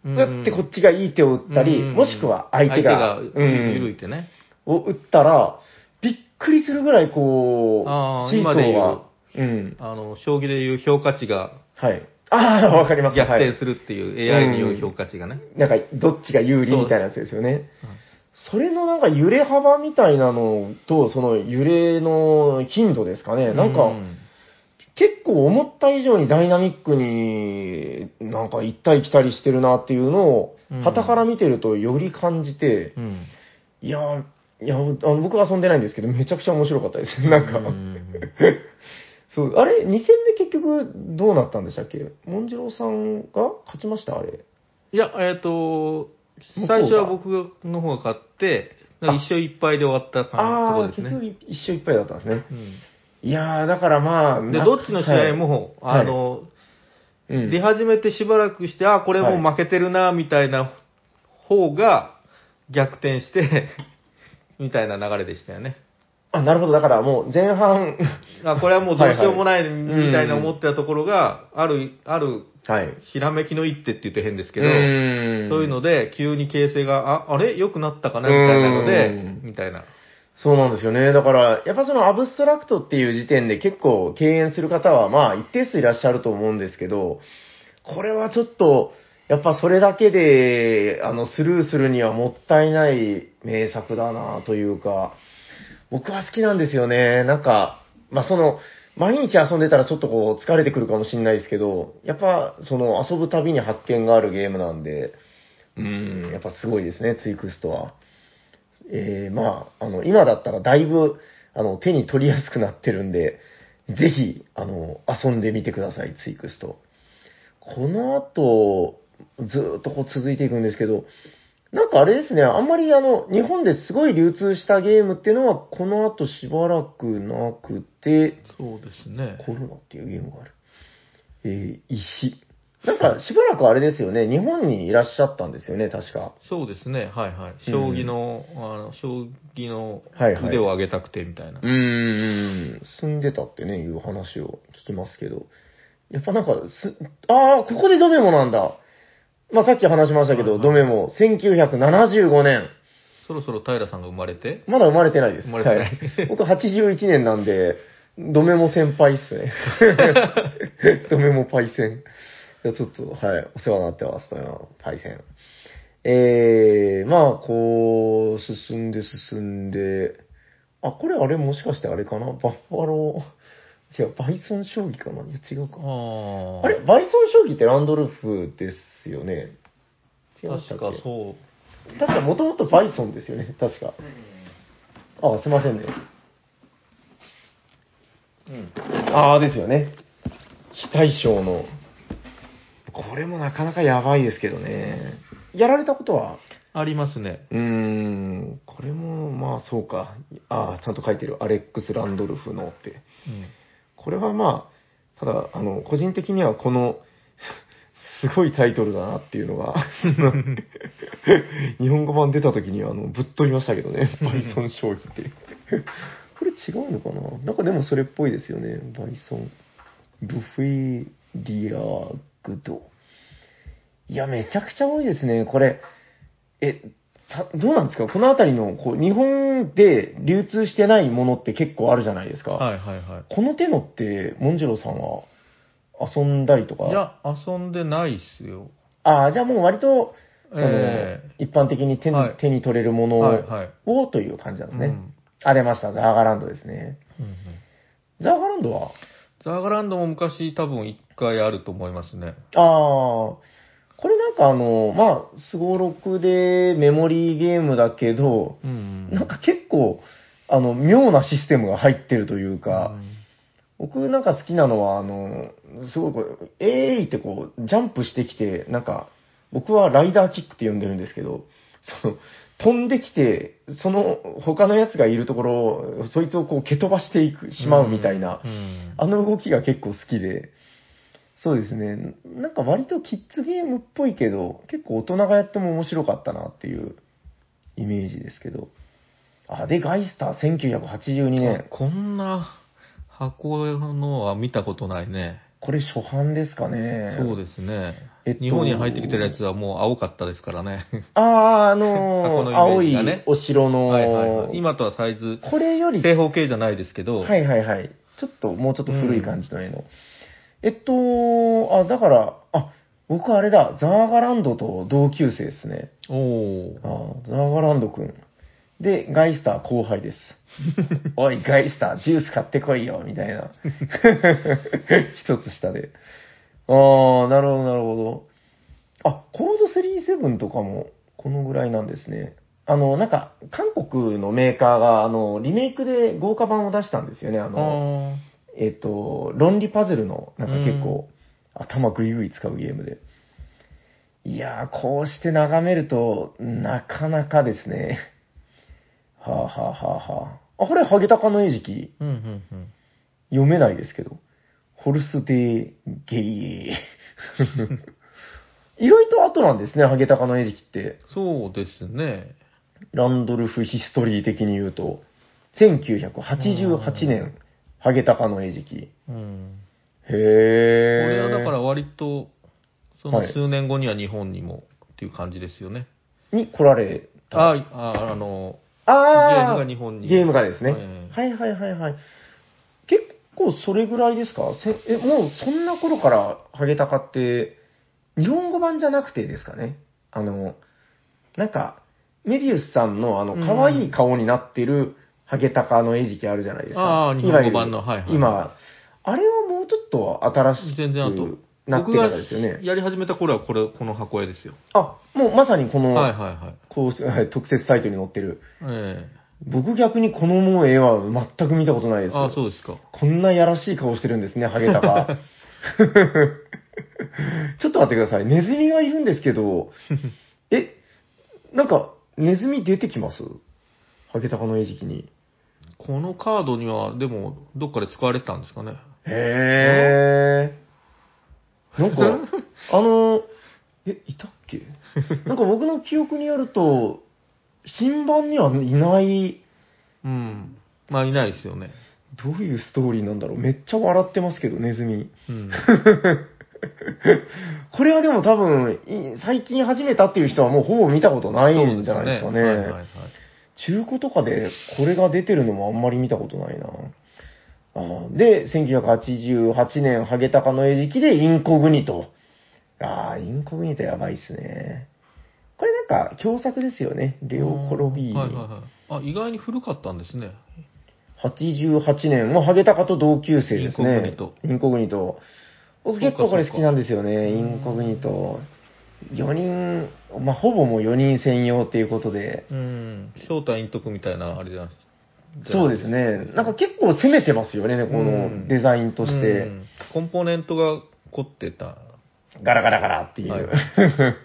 Speaker 2: うん
Speaker 1: うってこっちがいい手を打ったり、
Speaker 2: うん
Speaker 1: もしくは相手が、
Speaker 2: 相手
Speaker 1: う
Speaker 2: が
Speaker 1: ん
Speaker 2: 緩いってね。
Speaker 1: を打ったら、びっくりするぐらいこう、
Speaker 2: あー
Speaker 1: シーソ
Speaker 2: 今で
Speaker 1: ー
Speaker 2: 言う
Speaker 1: が、うん。
Speaker 2: あの、将棋でいう評価値が
Speaker 1: はい。あ [laughs] あ、わかります。
Speaker 2: 逆
Speaker 1: はい
Speaker 2: 転するっていう AI による評価値がね。
Speaker 1: なんか、どっちが有利みたいなやつですよね。それのなんか揺れ幅みたいなのと、その揺れの頻度ですかね。なんか、
Speaker 2: う
Speaker 1: 結構思った以上にダイナミックになんか行ったり来たりしてるなっていうのを
Speaker 2: うん、
Speaker 1: 旗から見てるとより感じて、
Speaker 2: うん。
Speaker 1: いやー、いや、あの僕は遊んでないんですけど、めちゃくちゃ面白かったです。なんか、
Speaker 2: うん
Speaker 1: そう、あれ、2戦目結局どうなったんでしたっけモンジローさんが勝ちましたあれ。
Speaker 2: いや、えっ、と、最初は僕の方が勝って、なんか一勝一敗で終わった
Speaker 1: ああー、
Speaker 2: 感じとこ
Speaker 1: 結
Speaker 2: ろです
Speaker 1: 局
Speaker 2: ね。
Speaker 1: 一勝一敗だったんですね。
Speaker 2: う
Speaker 1: いやー、だからまあ、
Speaker 2: ん、で、
Speaker 1: な
Speaker 2: どっちの試合、も、
Speaker 1: はい
Speaker 2: あの、
Speaker 1: はいうん
Speaker 2: 出始めてしばらくして、あ、これもう負けてるな、みたいな方が逆転して、 [laughs] みたいな流れでしたよね。
Speaker 1: あ、なるほど。だからもう前
Speaker 2: [laughs]
Speaker 1: 半、
Speaker 2: あ、これはもうどうしようもない、
Speaker 1: いはい
Speaker 2: みたいな思ってたところが、ある、ある、
Speaker 1: はい。
Speaker 2: ひらめきの一手って言って変ですけど、
Speaker 1: ーん
Speaker 2: そういうので、急に形勢が、あ、あれ良くなったかなみたいなの
Speaker 1: うん
Speaker 2: で、みたいな。
Speaker 1: そうなんですよね。だから、やっぱそのアブストラクトっていう時点で結構敬遠する方は、まあ一定数いらっしゃると思うんですけど、これはちょっと、やっぱそれだけで、あの、スルーするにはもったいない名作だなというか、僕は好きなんですよね。なんか、まあその、毎日遊んでたらちょっとこう疲れてくるかもしれないですけど、やっぱその遊ぶたびに発見があるゲームなんで、うん、やっぱすごいですね、ツイクストは。えー、まあ、あの、今だったらだいぶ、あの、手に取りやすくなってるんで、ぜひ、あの、遊んでみてください、ツイクスト。この後、ずーっとこう続いていくんですけど、なんかあれですね、あんまりあの、日本ですごい流通したゲームっていうのは、この後しばらくなくて、
Speaker 2: そうですね
Speaker 1: コロナっていうゲームがある。えー、石。なんか、しばらくあれですよね、日本にいらっしゃったんですよね、確か。
Speaker 2: そうですね、はいはい。将棋の、あの将棋の
Speaker 1: はいはい
Speaker 2: 腕を上げたくてみたいな。
Speaker 1: うーん。住んでたってね、いう話を聞きますけど。やっぱなんかす、ああ、ここでドメモなんだ。まあさっき話しましたけど、
Speaker 2: はい
Speaker 1: ドメモ、1975年。
Speaker 2: そろそろ平さんが生まれて、
Speaker 1: まだ生まれてないです。
Speaker 2: 生まれてない
Speaker 1: [laughs] はい、僕81年なんで、ドメモ先輩っす
Speaker 2: [laughs]
Speaker 1: ね。ドメモパイセン。いやちょっと、はい、お世話になってます、ドメモパイセン。えー、まあ、こう、進んで進んで、あ、これあれもしかしてあれかなバッファロー。違う、バイソン将棋かないや、違うか。
Speaker 2: あ
Speaker 1: あれバイソン将棋ってランドルフですよね違いましたっ
Speaker 2: 確
Speaker 1: け
Speaker 2: かそう。
Speaker 1: 確かもともとバイソンですよね、確か。あ、すいませんね。ああ、ですよね。非対称の。これもなかなかやばいですけどね。やられたことは
Speaker 2: ありますね。
Speaker 1: うーん、これも、まあそうか。ああ、ちゃんと書いてる。アレックス・ランドルフのって。
Speaker 2: うん
Speaker 1: これはまあ、ただ、あの、個人的にはこの、 [laughs] すごいタイトルだなっていうのが、 [laughs] 日本語版出た時にはあのぶっ飛びましたけどね、バイソン将棋って。 [laughs] これ違うのかななんかでもそれっぽいですよね、バイソン。ブフィディアグド。いや、めちゃくちゃ多いですね、これ。え、さどうなんですかこのあたりの、こう、日本で流通してないものって結構あるじゃないですか。
Speaker 2: はいはいは
Speaker 1: この手のって、モンジロさんは遊んだりとか
Speaker 2: い。いや、遊んでないっすよ。
Speaker 1: ああ、じゃあもう割と、その、
Speaker 2: え
Speaker 1: 一般的に手に,、
Speaker 2: はい
Speaker 1: 手に取れるものを、
Speaker 2: はいはい
Speaker 1: をという感じなんですね。
Speaker 2: うん
Speaker 1: あ、出ました。ザーガランドですね。
Speaker 2: うんうん
Speaker 1: ザーガランドは、
Speaker 2: ザーガランドも昔多分一回あると思いますね。
Speaker 1: ああ、これなんかあの、まあ、スゴロクでメモリーゲームだけど、
Speaker 2: うん
Speaker 1: なんか結構、あの、妙なシステムが入ってるというか、僕なんか好きなのは、あの、すごいこう、えーいってこう、ジャンプしてきて、なんか、僕はライダーキックって呼んでるんですけど、その、飛んできて、その、他のやつがいるところを、そいつをこう、蹴飛ばしていく、しまうみたいな、
Speaker 2: んん
Speaker 1: あの動きが結構好きで、そうですね、なんか割とキッズゲームっぽいけど、結構大人がやっても面白かったなっていうイメージですけど。あ、で、ガイスター1982
Speaker 2: あ
Speaker 1: 年。
Speaker 2: こんな箱のは見たことないね。
Speaker 1: これ初版ですかね。
Speaker 2: そうですね、
Speaker 1: えっと
Speaker 2: 日本に入ってきてるやつはもう青かったですからね。
Speaker 1: ああ、あ
Speaker 2: [laughs] 箱
Speaker 1: のー
Speaker 2: のイ
Speaker 1: 青
Speaker 2: メージ
Speaker 1: い
Speaker 2: がね
Speaker 1: お城の、
Speaker 2: はいはいはい。今とはサイズ、
Speaker 1: これより、
Speaker 2: 正方形じゃないですけど、
Speaker 1: はいはいはい。ちょっと、もうちょっと古い感じの絵の。えっと、あ、だから、あ、僕あれだ、ザーガランドと同級生ですね。
Speaker 2: おお
Speaker 1: あーザーガランドくん。で、ガイスター後輩
Speaker 2: [laughs]
Speaker 1: です。おい、ガイスター、ジュース買ってこいよ、みたいな。 [laughs] 一つ下で。ああ、なるほど、なるほど。あ、コード37とかも、このぐらいなんですね。あの、なんか、韓国のメーカーが、あの、リメイクで豪華版を出したんですよね。あ
Speaker 2: あ
Speaker 1: の、
Speaker 2: ー
Speaker 1: えっ、と、論理パズルの、なんか結構、頭ぐいぐい使うゲームで。いやー、こうして眺めると、なかなかですね。はあ、はあはあはあ。あ、これ、ハゲタカの餌食
Speaker 2: うんうんうん。
Speaker 1: 読めないですけど。ホルスデーゲイ
Speaker 2: [laughs]
Speaker 1: 意外と後なんですね、ハゲタカの餌食って。
Speaker 2: そうですね。
Speaker 1: ランドルフヒストリー的に言うと、1988年、ハゲタカの餌食。
Speaker 2: うん。
Speaker 1: へー。
Speaker 2: これはだから割と、その
Speaker 1: はい
Speaker 2: 数年後には日本にもっていう感じですよね。
Speaker 1: に来られた。
Speaker 2: ああ、あの、ゲーム
Speaker 1: あー
Speaker 2: が日本に
Speaker 1: ゲームがですね。
Speaker 2: ええ
Speaker 1: はいはいはいはい。結構それぐらいですかせえ、もうそんな頃からハゲタカって、日本語版じゃなくてですかねあの、なんか、メビウスさんのあの、
Speaker 2: うん
Speaker 1: 可愛い顔になってるハゲタカの餌食あるじゃないですか。
Speaker 2: ああ日本語版の
Speaker 1: いわゆる
Speaker 2: はいはい
Speaker 1: 今、あれはもうちょっと新しく
Speaker 2: 全然後
Speaker 1: なって
Speaker 2: 僕が
Speaker 1: からですよね。
Speaker 2: やり始めた頃はこれ、この箱絵ですよ。
Speaker 1: あ、もうまさにこの、
Speaker 2: はいはいはい。
Speaker 1: こう特設サイトに載ってる。
Speaker 2: え
Speaker 1: 僕逆にこのもう絵は全く見たことない
Speaker 2: え
Speaker 1: です。
Speaker 2: ああ、そうですか。
Speaker 1: こんなやらしい顔してるんですね、ハゲタ
Speaker 2: [laughs]
Speaker 1: カ。ちょっと待ってください。ネズミがいるんですけど、
Speaker 2: [laughs]
Speaker 1: え、なんか、ネズミ出てきますハゲタカの餌食に。
Speaker 2: このカードには、でも、どっかで使われてたんですかね。
Speaker 1: へえ。なん
Speaker 2: [laughs]
Speaker 1: か、あの、え、いたっけなんか僕の記憶によると、新版にはいない
Speaker 2: うん。まあ、いないですよね。
Speaker 1: どういうストーリーなんだろうめっちゃ笑ってますけど、ネズミ。
Speaker 2: うん。
Speaker 1: これはでも多分、い最近始めたっていう人はもうほぼ見たことないんじゃないですかね。
Speaker 2: はいはいはい
Speaker 1: 中古とかでこれが出てるのもあんまり見たことないな。あーで、1988年、ハゲタカの餌食でインコグニト。ああ、インコグニトやばいっすね。これなんか、共作ですよね。レオ・コロビーニ。
Speaker 2: はいはいはい。あ、意外に古かったんですね。
Speaker 1: 88年、もうハゲタカと同級生ですね。
Speaker 2: イ
Speaker 1: イ
Speaker 2: ンコグ
Speaker 1: ンコグニト。僕結構これ好きなんですよね、イ
Speaker 2: そう
Speaker 1: ン
Speaker 2: か
Speaker 1: コグニト。4人、まあ、ほぼもう4人専用っていうことで。
Speaker 2: うん。正体隠匿みたいな、あれじゃない
Speaker 1: そうですね。なんか結構攻めてますよね、こ
Speaker 2: うん
Speaker 1: のデザインとし
Speaker 2: う
Speaker 1: て。
Speaker 2: んコンポーネントが凝ってた。
Speaker 1: ガラガラガラっていう。
Speaker 2: はい
Speaker 1: [laughs]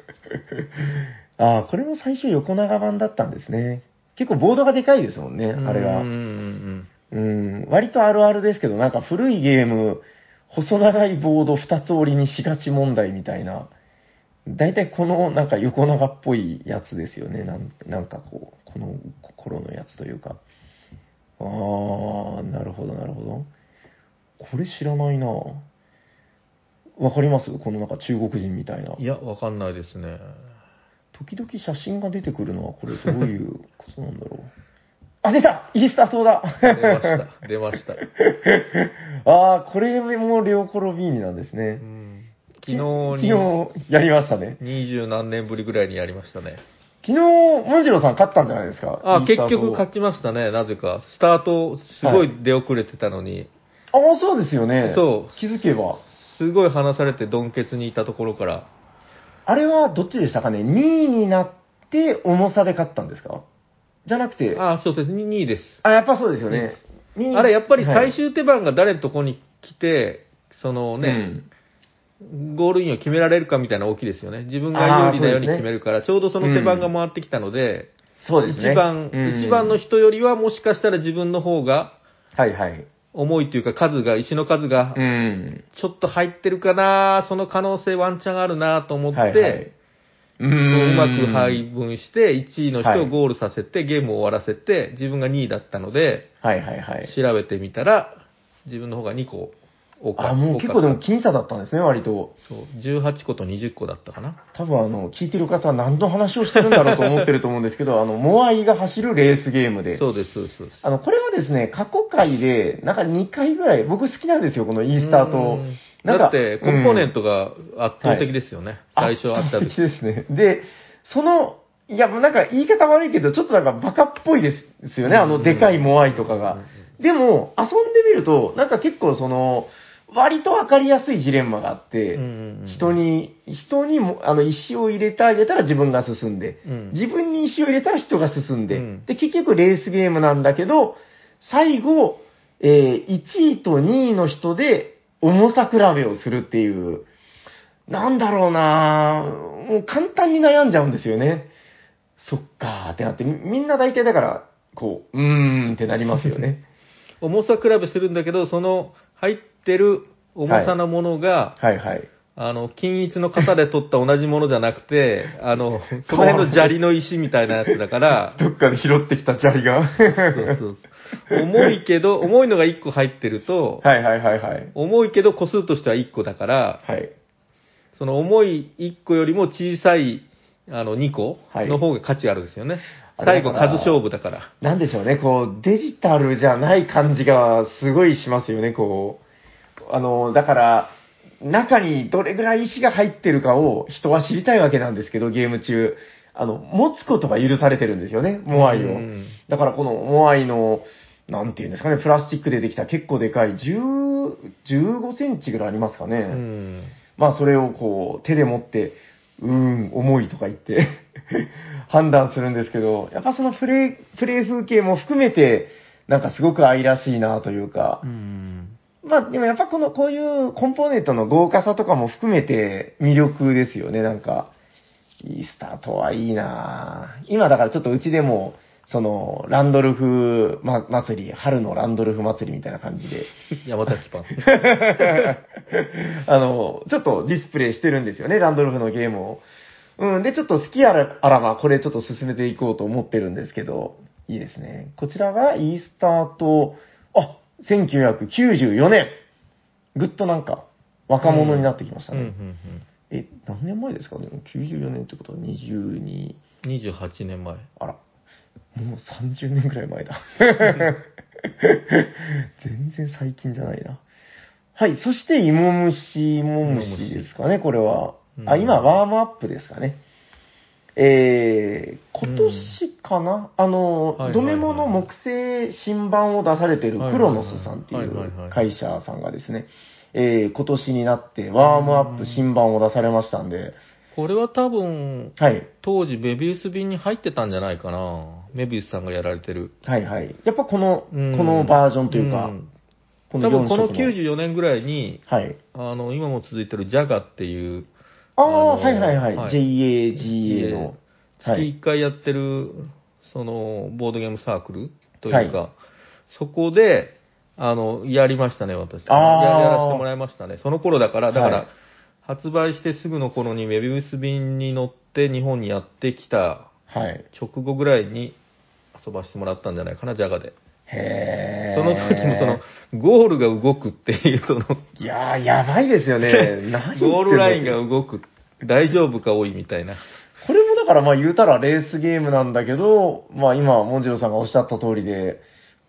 Speaker 1: ああ、これも最初横長版だったんですね。結構ボードがでかいですもんね、あれ
Speaker 2: うんうん
Speaker 1: は。
Speaker 2: うん
Speaker 1: うん、割とあるあるですけど、なんか古いゲーム、細長いボード2つ折りにしがち問題みたいな。大体このなんか横長っぽいやつですよね。なんなんかこう、この頃のやつというか。あー、なるほどなるほど。これ知らないなわかりますこのなんか中国人みたいな
Speaker 2: うん。い。や、わかんないですね。
Speaker 1: 時々写真が出てくるのはこれどういうことなんだろう。あ、出たイースターソーダ
Speaker 2: 出ま
Speaker 1: [laughs]
Speaker 2: した。出ました。
Speaker 1: ああ、これもレオコロビーニなんですね
Speaker 2: う。ん昨
Speaker 1: き
Speaker 2: 日
Speaker 1: 昨
Speaker 2: に、
Speaker 1: 日やりましたね。
Speaker 2: 二十何年ぶりぐらいにやりましたね。
Speaker 1: 昨日、文次郎さん勝ったんじゃないですか。
Speaker 2: あ、
Speaker 1: イース
Speaker 2: 結
Speaker 1: ターソー
Speaker 2: 局
Speaker 1: ダ
Speaker 2: 勝ちましたね、なぜか。スタート、すごい出遅れてたのに、
Speaker 1: ああ、そうですよね。
Speaker 2: そう
Speaker 1: 気づけば。
Speaker 2: すごい離されて、ドンケツにいたところから、
Speaker 1: あれはどっちでしたかね ?2 位になって重さで勝ったんですかじゃなくて。あ
Speaker 2: あ、そうです、2位です。
Speaker 1: やっぱそうですよね。二位
Speaker 2: あれ、やっぱり
Speaker 1: はい
Speaker 2: 最終手番が誰のとこに来て、その
Speaker 1: う
Speaker 2: ね、
Speaker 1: ん
Speaker 2: ゴールインを決められるかみたいなの大きいですよね。自分が有利なように
Speaker 1: あーそうですね
Speaker 2: 決めるから、ちょうどその手番が回ってきたので、
Speaker 1: そうですね。
Speaker 2: 一番、
Speaker 1: うん
Speaker 2: 一番の人よりはもしかしたら自分の方が
Speaker 1: はいはい。
Speaker 2: 重いというか数が、石の数が
Speaker 1: うん。
Speaker 2: ちょっと入ってるかな、その可能性ワンチャンあるなと思って、
Speaker 1: はいはい、う
Speaker 2: こううまく配
Speaker 1: い。
Speaker 2: 分して、1位の
Speaker 1: は
Speaker 2: 人を
Speaker 1: い
Speaker 2: ゴールさせて、ゲームを終わらせて、自分が2位だったので、
Speaker 1: はいはいはい。
Speaker 2: 調べてみたら、自分の方が2個多かった。
Speaker 1: あ、もう結構
Speaker 2: 多
Speaker 1: で
Speaker 2: か
Speaker 1: も
Speaker 2: った
Speaker 1: 僅差だったんですね、割と。
Speaker 2: そう、18個と20個だったかな。
Speaker 1: 多分あの、聞いてる方は何の話をしてるんだろうと思ってると思うんですけど、あ [laughs] の、モアイが走るレースゲームで。
Speaker 2: そうです、そうです。そうです
Speaker 1: あの、これはですね、過去回で、なんか2回ぐらい、僕好きなんですよ、このイースターと
Speaker 2: うん。
Speaker 1: なんか
Speaker 2: だって、コンポーネントが圧倒
Speaker 1: う
Speaker 2: 的
Speaker 1: ん
Speaker 2: ですよね。最初あ
Speaker 1: あ
Speaker 2: った
Speaker 1: 圧倒
Speaker 2: 時
Speaker 1: 的。ですね。で、その、いや、もうなんか言い方悪いけど、ちょっとなんかバカっぽいですですよね、あ
Speaker 2: う
Speaker 1: の
Speaker 2: ん
Speaker 1: でかいモアイとかが。でも、遊んでみると、なんか結構その、割とわかりやすいジレンマがあって、人
Speaker 2: に、
Speaker 1: に、人にも、あの、石を入れてあげたら自分が進んで、
Speaker 2: うん
Speaker 1: 自分に石を入れたら人が進んで、
Speaker 2: うん
Speaker 1: で、結局レースゲームなんだけど、最後、えー1位と2位の人で重さ比べをするっていう、なんだろうなぁもう簡単に悩んじゃうんですよね。そっかーってなって、みみんな大体だから、こう、うーんってなりますよね。
Speaker 2: 重さ比べするんだけど、その入ってる重さのものが、
Speaker 1: はいはい。
Speaker 2: あの、均一の型で取った同じものじゃなく [laughs] て、あの、その辺の砂利の石みたいなやつだから、
Speaker 1: どっかで拾ってきた砂利が。
Speaker 2: そうそうそう重いけど、重いのが1個入ってると、
Speaker 1: はいはいはいはい。
Speaker 2: 重いけど個数としては1個だから、
Speaker 1: はい。
Speaker 2: その重い1個よりも小さい、あの、2個
Speaker 1: はい
Speaker 2: の方が価値あるんですよね。
Speaker 1: あれ
Speaker 2: 最
Speaker 1: だか
Speaker 2: 後、
Speaker 1: ら
Speaker 2: 数勝負だから。
Speaker 1: なんでしょうね、こう、デジタルじゃない感じがすごいしますよね、こう。あの、だから、中にどれぐらい石が入ってるかを人は知りたいわけなんですけど、ゲーム中。あの、持つことが許されてるんですよね、モアイ
Speaker 2: う
Speaker 1: を
Speaker 2: ん。
Speaker 1: だからこのモアイの、なんていうんですかね、プラスチックでできた結構でかい、10、15センチぐらいありますかね。
Speaker 2: うん。
Speaker 1: まあそれをこう手で持って、うーん、重いとか言って [laughs] 判断するんですけど、やっぱそのプレイ、プレイ風景も含めて、なんかすごく愛らしいなというか
Speaker 2: う、ん。
Speaker 1: まあでもやっぱこの、こういうコンポーネントの豪華さとかも含めて魅力ですよね、なんか。いいスタートはいいなぁ今だからちょっとうちでも、その、ランドルフ、ま、祭り、春のランドルフ祭りみたいな感じで、
Speaker 2: 山崎パン。
Speaker 1: [laughs] あの、ちょっとディスプレイしてるんですよね、ランドルフのゲームを。うん、で、ちょっと好きあらあらば、これちょっと進めていこうと思ってるんですけど、いいですね。こちらがイースターと、あ、 1994年、ぐっとなんか、若者になってきましたね。
Speaker 2: うんうん
Speaker 1: え、何年前ですかでも94年ってことは22、
Speaker 2: うん、28年前。
Speaker 1: あら、もう30年ぐらい前だ。全然最近じゃないな。はい、そして芋虫、芋虫ですかね、これは。あ、
Speaker 2: うん
Speaker 1: 今、ワームアップですかね。えー、今年かな、あの、
Speaker 2: はいはいはい
Speaker 1: ドメモの木製新版を出されてる
Speaker 2: はい
Speaker 1: ク
Speaker 2: はい
Speaker 1: ロ
Speaker 2: はい
Speaker 1: ノスさんってい
Speaker 2: はいはいは
Speaker 1: う
Speaker 2: い
Speaker 1: 会社さんがですね、えー、今年になってワームアップ新版を出されましたんで、
Speaker 2: これは多分、
Speaker 1: はい、
Speaker 2: 当時メビウス便に入ってたんじゃないかな。メビウスさんがやられてる。
Speaker 1: はいはい。やっぱこの、こ
Speaker 2: うん
Speaker 1: のバージョンというか、
Speaker 2: ん
Speaker 1: こ
Speaker 2: 多分この
Speaker 1: 四色
Speaker 2: 94年ぐらいに、
Speaker 1: はい。
Speaker 2: あの、今も続いてるジャガっていう、
Speaker 1: あ
Speaker 2: あ
Speaker 1: あ、
Speaker 2: の
Speaker 1: はいはいはい。
Speaker 2: はい
Speaker 1: JAGA の。は
Speaker 2: 月
Speaker 1: い。
Speaker 2: 1回やってる、その、ボードゲームサークルというか、
Speaker 1: は
Speaker 2: そこで、あの、やりましたね、私。や
Speaker 1: あー
Speaker 2: やらせてもらいましたね。その頃だから、だから、
Speaker 1: はい
Speaker 2: 発売してすぐの頃にメビウス便に乗って日本にやってきた
Speaker 1: はい。
Speaker 2: 直後ぐらいに遊ばせてもらったんじゃないかな、ジャガで。
Speaker 1: へえ。
Speaker 2: その時もその、ゴールが動くっていう、その、
Speaker 1: いやー、やばいですよ
Speaker 2: [laughs]
Speaker 1: ね。何言ってんの
Speaker 2: ゴールラインが動く、大丈夫か多いみたいな。
Speaker 1: これもだからまあ言うたらレースゲームなんだけど、まあ今、モンジローさんがおっしゃった通りで、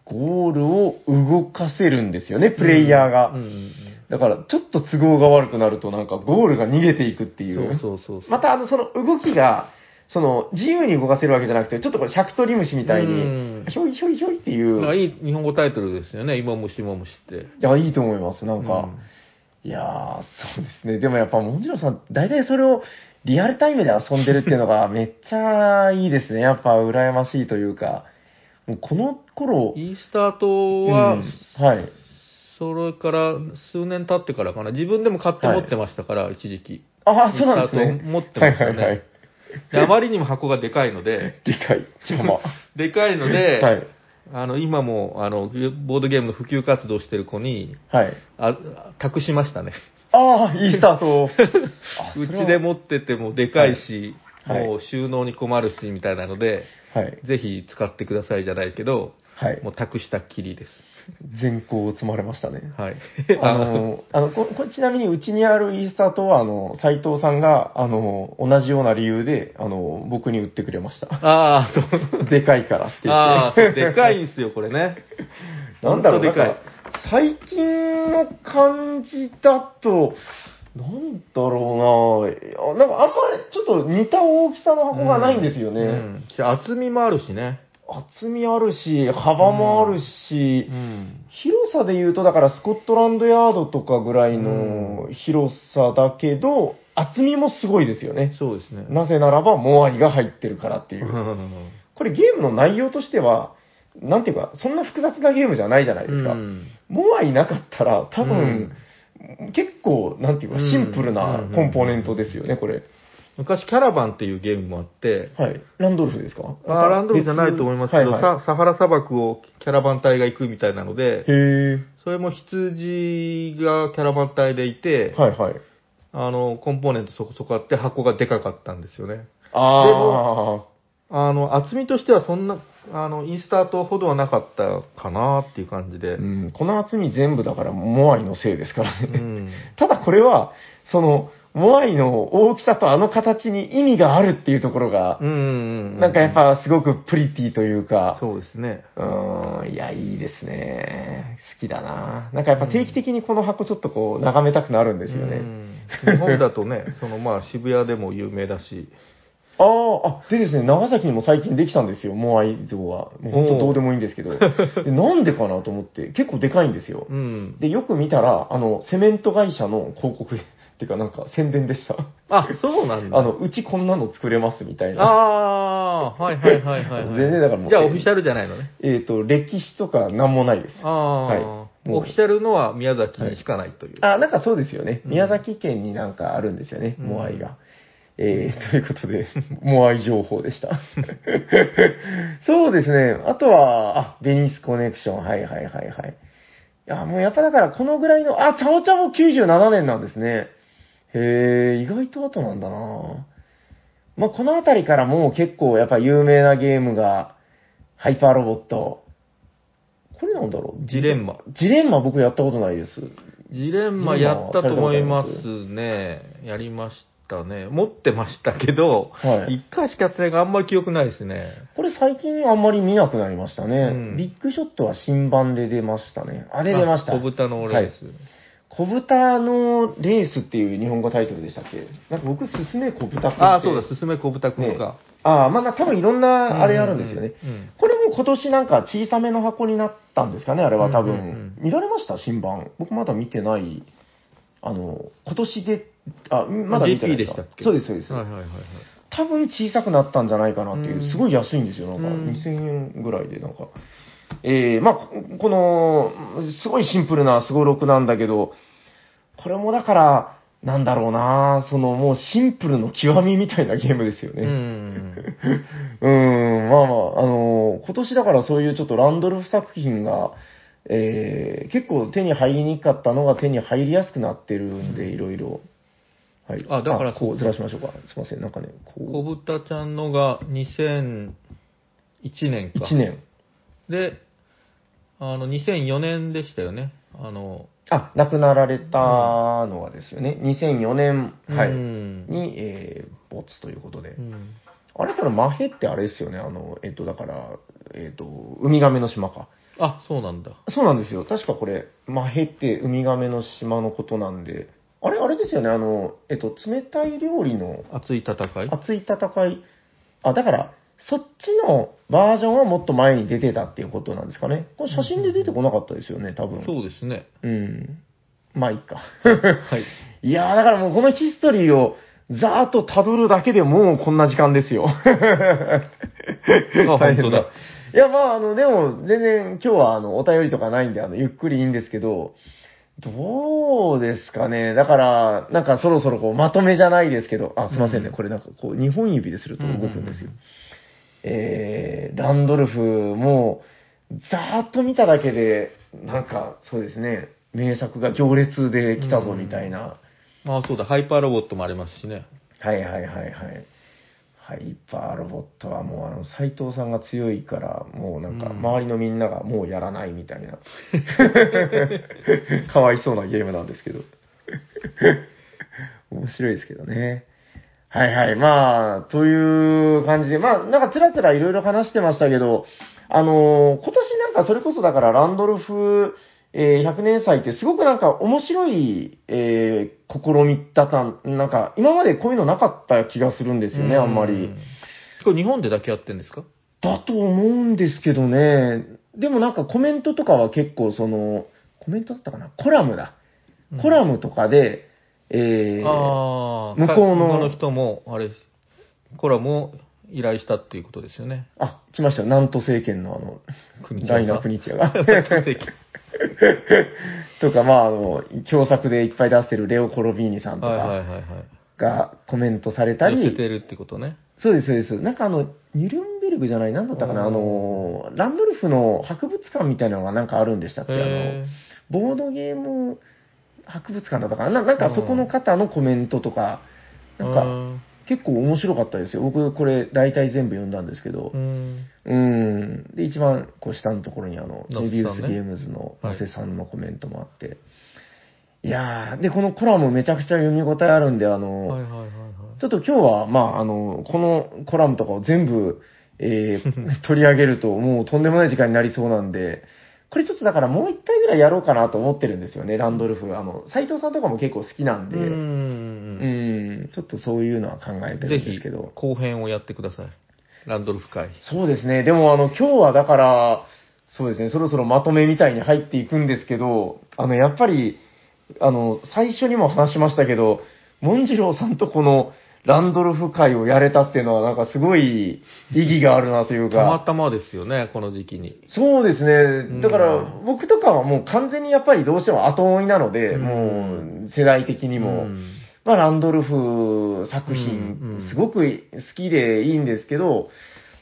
Speaker 1: ゴールを動かせるんですよね、プレイヤーが。
Speaker 2: うんうん
Speaker 1: だから、ちょっと都合が悪くなると、なんか、ゴールが逃げていくって
Speaker 2: う
Speaker 1: い
Speaker 2: ん
Speaker 1: う。
Speaker 2: そうそうそうそう。
Speaker 1: また、あの、その動きが、その、自由に動かせるわけじゃなくて、ちょっとこれ、シャクトリムシみたい
Speaker 2: うん
Speaker 1: に、ひょいひょいひょいっていう。
Speaker 2: なんか
Speaker 1: い
Speaker 2: いい日本語タイトルですよね、芋虫芋虫って。
Speaker 1: や、いいと思います、なん
Speaker 2: う
Speaker 1: か
Speaker 2: ん。
Speaker 1: いやー、そうですね。でもやっぱ、もちろんさん、大体それを、リアルタイムで遊んでるっていうのが、めっちゃいいですね。やっぱ、羨ましいというか。もうこの頃、
Speaker 2: イースター島は、
Speaker 1: うんはい。
Speaker 2: それから数年経ってからかな、自分でも買って持ってましたから、一時期。
Speaker 1: ああ、そうなんです
Speaker 2: イー
Speaker 1: ね
Speaker 2: スター。と持ってましたね
Speaker 1: はいはいはい。
Speaker 2: であまりにも箱がでかい
Speaker 1: [laughs]
Speaker 2: ので、 [laughs]
Speaker 1: でかい。邪魔。
Speaker 2: でかいので、
Speaker 1: はい。
Speaker 2: あの今もあのボードゲームの普及活動してる子に、
Speaker 1: はい。
Speaker 2: あ託しましたね。。
Speaker 1: ああ、いいスタート
Speaker 2: [laughs] うちで持っててもでかいし、
Speaker 1: はい
Speaker 2: もう収納に困るし、みたいなので、
Speaker 1: はい。
Speaker 2: ぜひ使ってくださいじゃないけど、
Speaker 1: はい
Speaker 2: も。う託したっきりです。
Speaker 1: 全校を積まれましたね。
Speaker 2: はい。
Speaker 1: [laughs]
Speaker 2: [laughs]
Speaker 1: あの、あのここちなみにうちにあるイースター島は、あの、斎藤さんが、あの、同じような理由で、あの、僕に売ってくれました。 [laughs]
Speaker 2: ああ、そう。
Speaker 1: でかいからって言
Speaker 2: ああ、
Speaker 1: っ
Speaker 2: そう [laughs] でかいんすよ、これね。
Speaker 1: て。 [laughs] なんだろう、
Speaker 2: ほんとでかい
Speaker 1: なんか最近の感じだと、なんだろうなぁ。なんかあんまりちょっと似た大きさの箱がないんですよね。
Speaker 2: うん厚みもあるしね。
Speaker 1: 厚みあるし、幅もあるし、
Speaker 2: うん。
Speaker 1: 広さで言うと、だからスコットランドヤードとかぐらいの広さだけど、厚みもすごいですよね。
Speaker 2: そうですね。 [laughs]
Speaker 1: なぜならば、モアイが入ってるからって
Speaker 2: う
Speaker 1: いう。
Speaker 2: ん
Speaker 1: これゲームの内容としては、なんていうか、そんな複雑なゲームじゃないじゃないですか。
Speaker 2: うん
Speaker 1: モアイなかったら、多分、結構、なんていうか、
Speaker 2: うん
Speaker 1: シンプルなコンポーネントですよね、これ。
Speaker 2: 昔、キャラバンっていうゲームもあって、
Speaker 1: はい。ランドルフですか
Speaker 2: あーランドルフじゃないと思いますけど、
Speaker 1: はいは
Speaker 2: ササハラ砂漠をキャラバン隊が行くみたいなので
Speaker 1: い、へえ。
Speaker 2: それも羊がキャラバン隊でいて、
Speaker 1: はいはい。
Speaker 2: あの、コンポーネントそこそこあって箱がでかかったんですよね。
Speaker 1: あ
Speaker 2: あの、厚みとしてはそんな、あの、インスタートほどはなかったかなっていう感じ
Speaker 1: あ。
Speaker 2: で。
Speaker 1: う、
Speaker 2: うん
Speaker 1: この厚み全部だから、モアイのせいですからね。
Speaker 2: ん。
Speaker 1: ただこれは、その、モアイの大きさとあの形に意味があるっていうところが
Speaker 2: う、ん。
Speaker 1: なんかやっ、ぱすごくプリティというか、
Speaker 2: そうですね。
Speaker 1: うーん、いや、いいですね。好きだな。なんかやっぱ定期的にこの箱ちょっとこう、眺めたくなるんですよ
Speaker 2: う
Speaker 1: ね。
Speaker 2: ん日本だとね、 [laughs] そのまあ渋谷でも有名だし、
Speaker 1: ああ、あ、でですね、長崎にも最近できたんですよ、モアイ像は。もうほん
Speaker 2: おう
Speaker 1: とどうでもいいんです
Speaker 2: [laughs]
Speaker 1: けど。でなんでかなと思って、結構でかいんですよ
Speaker 2: う。ん。
Speaker 1: で、よく見たら、あの、セメント会社の広告で、 [laughs] っていうかなんか宣伝でした。
Speaker 2: あ、そうなんだ。
Speaker 1: あの、うちこんなの作れますみたいな。
Speaker 2: あー、はいはいはいはい、はい。
Speaker 1: 全然だからもう
Speaker 2: じゃあオフィシャルじゃないのね。
Speaker 1: えっ、と、歴史とかなんもないです。
Speaker 2: あ
Speaker 1: あはい
Speaker 2: ー、オフィシャルのは宮崎にしかないという。
Speaker 1: なんかそうですよね。
Speaker 2: うん
Speaker 1: 宮崎県になんかあるんですよね、
Speaker 2: うん
Speaker 1: モアイが。えーということで、 [laughs] モアイ情報でした。 [laughs] そうですね。あとは、あ、ベニスコネクション。はいはいはいはい。いや、もうやっぱだからこのぐらいの、あ、チャオチャオ97年なんですね。へえ、意外と後なんだなまあ、このあたりからもう結構やっぱ有名なゲームが、ハイパーロボット、これなんだろう
Speaker 2: ジレンマ。
Speaker 1: ジレンマ僕やったことないです。
Speaker 2: ジレンマやったと思いますね。やりましたね。持ってましたけど、
Speaker 1: はい
Speaker 2: 一回しかやってないからあんまり記憶ないですね。
Speaker 1: これ最近あんまり見なくなりましたね。
Speaker 2: うん
Speaker 1: ビッグショットは新版で出ましたね。あれ出ました。
Speaker 2: あ小豚のレース。
Speaker 1: 小豚のレースっていう日本語タイトルでしたっけなんか僕、すすめ小豚くんって
Speaker 2: ああ、そうだ、すすめ小豚くん
Speaker 1: ね
Speaker 2: か。
Speaker 1: ああ、まあまあ多分いろんなあれあるんですよね。
Speaker 2: うんうんうん
Speaker 1: これも今年なんか小さめの箱になったんですかね、あれは多分。
Speaker 2: うんうんうん
Speaker 1: 見られました新版。僕まだ見てない。あの、今年で、あ、まだ見てない
Speaker 2: JP でしたっけ
Speaker 1: そうです、そうです。
Speaker 2: はいはいはいはい。
Speaker 1: 多分小さくなったんじゃないかなっていう、
Speaker 2: うん
Speaker 1: すごい安いんですよ、なんか、
Speaker 2: うん
Speaker 1: 2000円ぐらいで、なんか。えー、まあ、ここの、すごいシンプルなすごろくなんだけど、これもだから、なんだろうなそのもうシンプルの極みみたいなゲームですよ
Speaker 2: う
Speaker 1: ね。
Speaker 2: ん。
Speaker 1: うーん、まあまあ、あのー今年だからそういうちょっとランドルフ作品が、えー、結構手に入りにくかったのが手に入りやすくなってるんで、いろいろ。はい。
Speaker 2: あだから
Speaker 1: こうずらしましょうか。すいません、なんかね、こう
Speaker 2: 小。豚ちゃんのが2001年か。
Speaker 1: 1年。
Speaker 2: で、あの、2004年でしたよね。あの、
Speaker 1: あ、亡くなられたのはですよね。2004年、は
Speaker 2: う
Speaker 1: い。
Speaker 2: ん
Speaker 1: に、えー、没ということで
Speaker 2: う。ん
Speaker 1: あれこれ、マヘってあれですよね。あの、えっと、だから、えっと、ウミガメの島か。
Speaker 2: あ、そうなんだ。
Speaker 1: そうなんですよ。確かこれ、マヘってウミガメの島のことなんで。あれ、あれですよね。あの、えっと、冷たい料理の
Speaker 2: 熱い戦い。
Speaker 1: 熱い戦い。あ、だから、そっちのバージョンはもっと前に出てたっていうことなんですかね。これ写真で出てこなかったですよね、多分。
Speaker 2: そうですね。
Speaker 1: うん。まあいい
Speaker 2: [laughs]
Speaker 1: か。
Speaker 2: はい。
Speaker 1: いやー、だからもうこのヒストリーをざーっと辿るだけでもうこんな時間ですよ。大変
Speaker 2: 本当だ。
Speaker 1: いや、まあ、あの、でも、全然今日はあの、お便りとかないんで、あの、ゆっくりいいんですけど、どうですかね。だから、なんかそろそろこう、まとめじゃないですけど、あ、すいませんね。
Speaker 2: うん
Speaker 1: これなんかこう、2本指ですると動くんですよ。
Speaker 2: うんうんうん
Speaker 1: えー、ランドルフも、ざーっと見ただけで、なんか、そうですね、名作が行列で来たぞみたいな。
Speaker 2: まあそうだ、ハイパーロボットもありますしね。
Speaker 1: はいはいはいはい。ハイパーロボットはもうあの、斎藤さんが強いから、もうなんか、
Speaker 2: うん
Speaker 1: 周りのみんながもうやらないみたい
Speaker 2: [laughs]
Speaker 1: な。かわいそうなゲームなんですけど。面白いですけどね。はいはい。まあ、という感じで、まあ、なんかつらつらいろいろ話してましたけど、あのー今年なんかそれこそだからランドルフ、えー100年祭ってすごくなんか面白い、えー試みだったん、なんか今までこういうのなかった気がするんですよね、あんまり。
Speaker 2: う。これ日本でだけやってんですか
Speaker 1: だと思うんですけどね。でもなんかコメントとかは結構その、コメントだったかなコラムだ。コラ
Speaker 2: ム、
Speaker 1: ムとかで、えー、
Speaker 2: あー
Speaker 1: 向こうの
Speaker 2: 向こうの人も、あれ、コラムを依頼したっていうことですよね。
Speaker 1: あ、来ましたよ。南都政権のあの、
Speaker 2: 国
Speaker 1: ダイナ・
Speaker 2: [laughs]
Speaker 1: プニチアが。 [laughs] とか、まあ、あの、共作でいっぱい出してるレオ・コロビーニさんと
Speaker 2: はいはい
Speaker 1: か
Speaker 2: はいはい。
Speaker 1: がコメントされた
Speaker 2: 寄せ
Speaker 1: り、
Speaker 2: てるってことね。
Speaker 1: そうです、そうです。なんかあの、ニュルンベルグじゃない、なんだったかな、あ
Speaker 2: うん
Speaker 1: の、ランドルフの博物館みたいなのがなんかあるんでしたっけあの
Speaker 2: へ、
Speaker 1: ボードゲーム博物館だったかなななんかそこの方のコメントとか、
Speaker 2: ー
Speaker 1: なんか結構面白かったですよ。僕これ大体全部読んだんですけど
Speaker 2: う、ん。
Speaker 1: うん。で、一番こう下のところにあの、
Speaker 2: 野
Speaker 1: メビ
Speaker 2: 瀬さんね
Speaker 1: ウスゲームズの
Speaker 2: は
Speaker 1: 野
Speaker 2: い
Speaker 1: 瀬さんのコメントもあって、い、やー、で、このコラムめちゃくちゃ読み応えあるんで、あの、
Speaker 2: はいはいはいはい。
Speaker 1: ちょっと今日は、まあ、あの、このコラムとかを全部、え
Speaker 2: [laughs]
Speaker 1: ー取り上げると、もうとんでもない時間になりそうなんで、これちょっとだからもう一回ぐらいやろうかなと思ってるんですよね、ランドルフ。あの、斎藤さんとかも結構好きなんで、
Speaker 2: う
Speaker 1: うん、
Speaker 2: ん。
Speaker 1: ちょっとそういうのは考えてる
Speaker 2: ぜ
Speaker 1: んです
Speaker 2: ひ
Speaker 1: けど、。
Speaker 2: 後編をやってください。ランドルフ会。
Speaker 1: そうですね、でもあの、今日はだから、そうですね、そろそろまとめみたいに入っていくんですけど、あの、やっぱり、あの、最初にも話しましたけど、モンジローさんとこのランドルフ会をやれたっていうのは、なんかすごい意義があるなという
Speaker 2: たま
Speaker 1: か、
Speaker 2: たまですよね、この時期に。
Speaker 1: そうですね、だか
Speaker 2: う
Speaker 1: ら僕とかはもう完全にやっぱりどうしても後追いなので、
Speaker 2: うん
Speaker 1: もう世代的にも。
Speaker 2: うん
Speaker 1: まあ、ランドルフ作品、
Speaker 2: うんうん
Speaker 1: すごく好きでいいんですけど、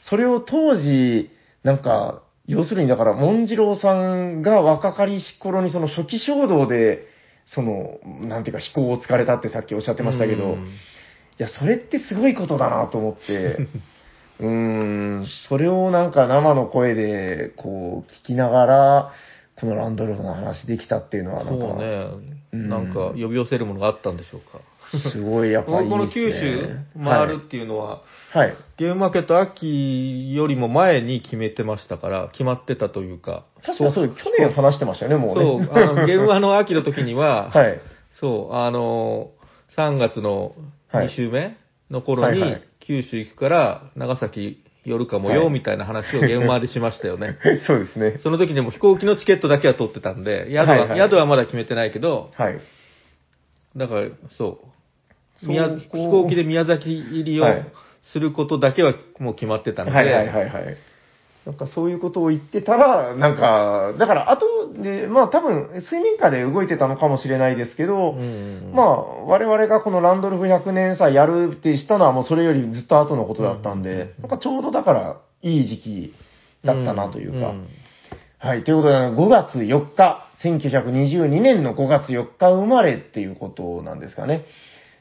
Speaker 1: それを当時、なんか、要するにだから、モンジローさんが若かりし頃にその初期衝動で、その、なんていうか飛行を疲れたってさっきおっしゃってましたけど、
Speaker 2: うん [laughs]
Speaker 1: いや、それってすごいことだなと思って、うーん、それをなんか生の声で、こう、聞きながら、このランドルフの話できたっていうのは、
Speaker 2: そ
Speaker 1: なんか、
Speaker 2: うね。
Speaker 1: うん
Speaker 2: なんか呼び寄せるものがあったんでしょうか。
Speaker 1: すごいやっ
Speaker 2: こ
Speaker 1: ぱい
Speaker 2: [laughs]
Speaker 1: いですね。
Speaker 2: の九州回るっていうのは、
Speaker 1: はい。はい。
Speaker 2: ゲームマーケット秋よりも前に決めてましたから、決まってたというか、
Speaker 1: 確かそう、去年話してましたよね、もう
Speaker 2: そう
Speaker 1: ね。、
Speaker 2: あ
Speaker 1: [laughs]
Speaker 2: の、ゲームマの秋の時には、
Speaker 1: はい。
Speaker 2: そう、あの、3月の
Speaker 1: はい
Speaker 2: 2週目の頃に、
Speaker 1: はいはい
Speaker 2: 九州行くから長崎寄るかもよ、
Speaker 1: はい
Speaker 2: みたいな話をゲームマでしましたよ
Speaker 1: [laughs]
Speaker 2: ね。
Speaker 1: そうですね。
Speaker 2: [laughs] その時にも飛行機のチケットだけは取ってたんで、宿は、
Speaker 1: はいはい
Speaker 2: 宿はまだ決めてないけど、
Speaker 1: はい。
Speaker 2: だから、そう。
Speaker 1: そう
Speaker 2: 宮
Speaker 1: こう
Speaker 2: 飛行機で宮崎入りを
Speaker 1: はい
Speaker 2: することだけはもう決まってたので、
Speaker 1: はいはいはいはい。なんかそういうことを言ってたら、なんか、だから後で、まあ多分睡眠下で動いてたのかもしれないですけど、
Speaker 2: うん
Speaker 1: まあ我々がこのランドルフ100年祭やるってしたのはもうそれよりずっと後のことだったんで、
Speaker 2: うんうんうん
Speaker 1: なんかちょうどだからいい時期だったなというか。
Speaker 2: ん
Speaker 1: はい、ということであの5月4日、1922年の5月4日生まれっていうことなんですかね。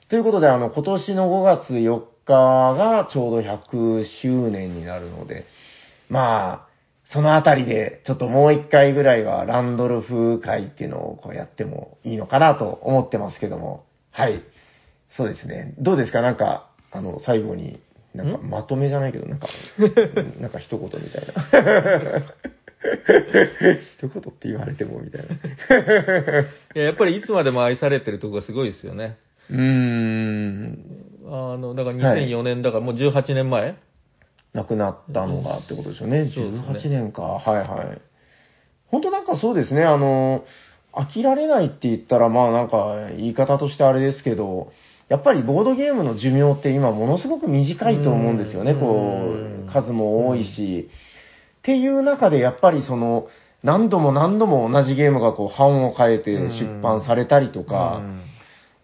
Speaker 1: ということで、あの、今年の5月4日がちょうど100周年になるので、まあ、そのあたりで、ちょっともう一回ぐらいはランドルフ会っていうのをこうやってもいいのかなと思ってますけども、はい。そうですね。どうですかなんか、あの、最後に、なんかまとめじゃないけど、なんか、なんか一言みたいな。一言って言われてもみたいな。
Speaker 2: いややっぱりいつまでも愛されてるとこがすごいですよね。
Speaker 1: うーん。
Speaker 2: あの、だから
Speaker 1: はい
Speaker 2: 2004年だからもう18年前、
Speaker 1: 亡くなったのがってことですよね。
Speaker 2: そうです
Speaker 1: 18年か。はいはい。本当なんかそうですね。あの、飽きられないって言ったら、まあなんか言い方としてあれですけど、やっぱりボードゲームの寿命って今ものすごく短いと思うんですよね。
Speaker 2: うん
Speaker 1: こ
Speaker 2: うん
Speaker 1: う、数も多いし。っていう中でやっぱりその、何度も何度も同じゲームがこう版を変えて出版されたりとか、
Speaker 2: うん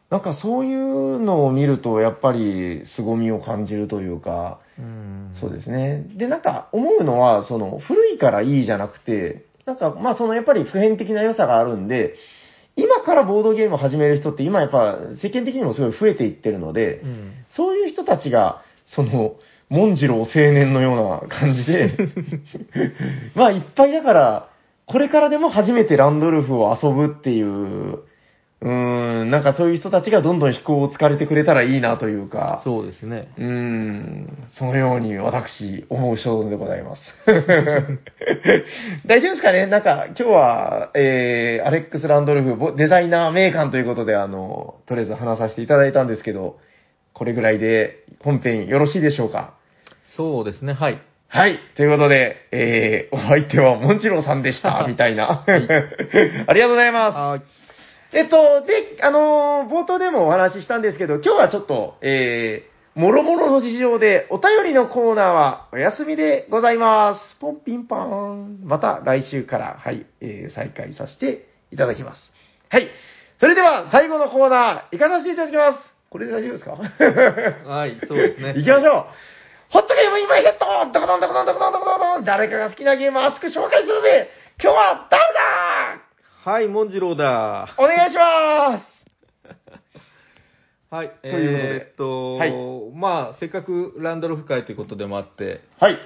Speaker 1: なんかそういうのを見ると、やっぱり凄みを感じるというか、
Speaker 2: うん
Speaker 1: そうですね。で、なんか思うのは、その古いからいいじゃなくて、なんかまあそのやっぱり普遍的な良さがあるんで、今からボードゲームを始める人って今やっぱ世間的にもすごい増えていってるので、
Speaker 2: うん
Speaker 1: そういう人たちが、その、文次郎青年のような感じ
Speaker 2: [laughs]
Speaker 1: で、まあいっぱいだから、これからでも初めてランドルフを遊ぶっていう、うーん、なんかそういう人たちがどんどん飛行を疲れてくれたらいいなというか、
Speaker 2: そうですね。
Speaker 1: うーん、そのように私、思う所存でございます。 [laughs] 大丈夫ですかねなんか、今日は、えー、アレックス・ランドルフ、ボデザイナー名鑑ということで、あの、とりあえず話させていただいたんですけど、これぐらいで本編よろしいでしょうか
Speaker 2: そうですね、はい。
Speaker 1: はい。ということで、えー、お相手は、もんちろうさんで [laughs] した、みたいな。
Speaker 2: はい
Speaker 1: ありがとうございます。えっと、で、あのー冒頭でもお話ししたんですけど、今日はちょっと、えー、もろもろの事情で、お便りのコーナーはお休みでございます。ポンピンパーン。また来週から、はい、えー再開させていただきます。はい。それでは、最後のコーナー、行かさせていただきます。これで大丈夫ですか
Speaker 2: はい、そうです [laughs] ね。
Speaker 1: [laughs] 行きましょう。ホットゲーム今ゲットドコドンドコドンドコドンドコドン誰かが好きなゲームを熱く紹介するぜ今日は誰だ
Speaker 2: はい、モンジローだ。
Speaker 1: お願いします
Speaker 2: はい、
Speaker 1: という
Speaker 2: えーっと、
Speaker 1: は
Speaker 2: まあ、せっかくランドルフ会ということでもあって、
Speaker 1: はい。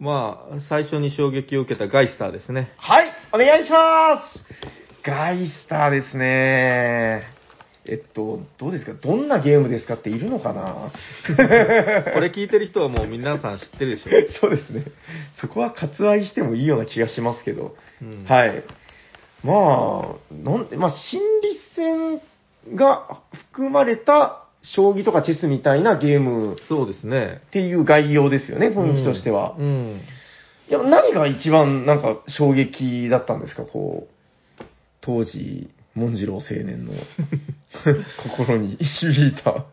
Speaker 2: まあ、最初に衝撃を受けたガイスターですね。
Speaker 1: はい、お願いしますガイスターですね。えっと、どうですかどんなゲームですかっているのか [laughs] な
Speaker 2: これ聞いてる人はもう皆さん知ってるでしょ。
Speaker 1: そうですね。そこは割愛してもいいような気がしますけど。
Speaker 2: うん
Speaker 1: はい。まあ、なんで、まあ、心理戦が含まれた将棋とかチェスみたいなゲーム
Speaker 2: そうですね。
Speaker 1: っていう概要ですよね、雰囲気としては。
Speaker 2: うんうん
Speaker 1: いや、何が一番なんか衝撃だったんですか、こう、当時、文次郎青年の
Speaker 2: [laughs]
Speaker 1: 心に響いた。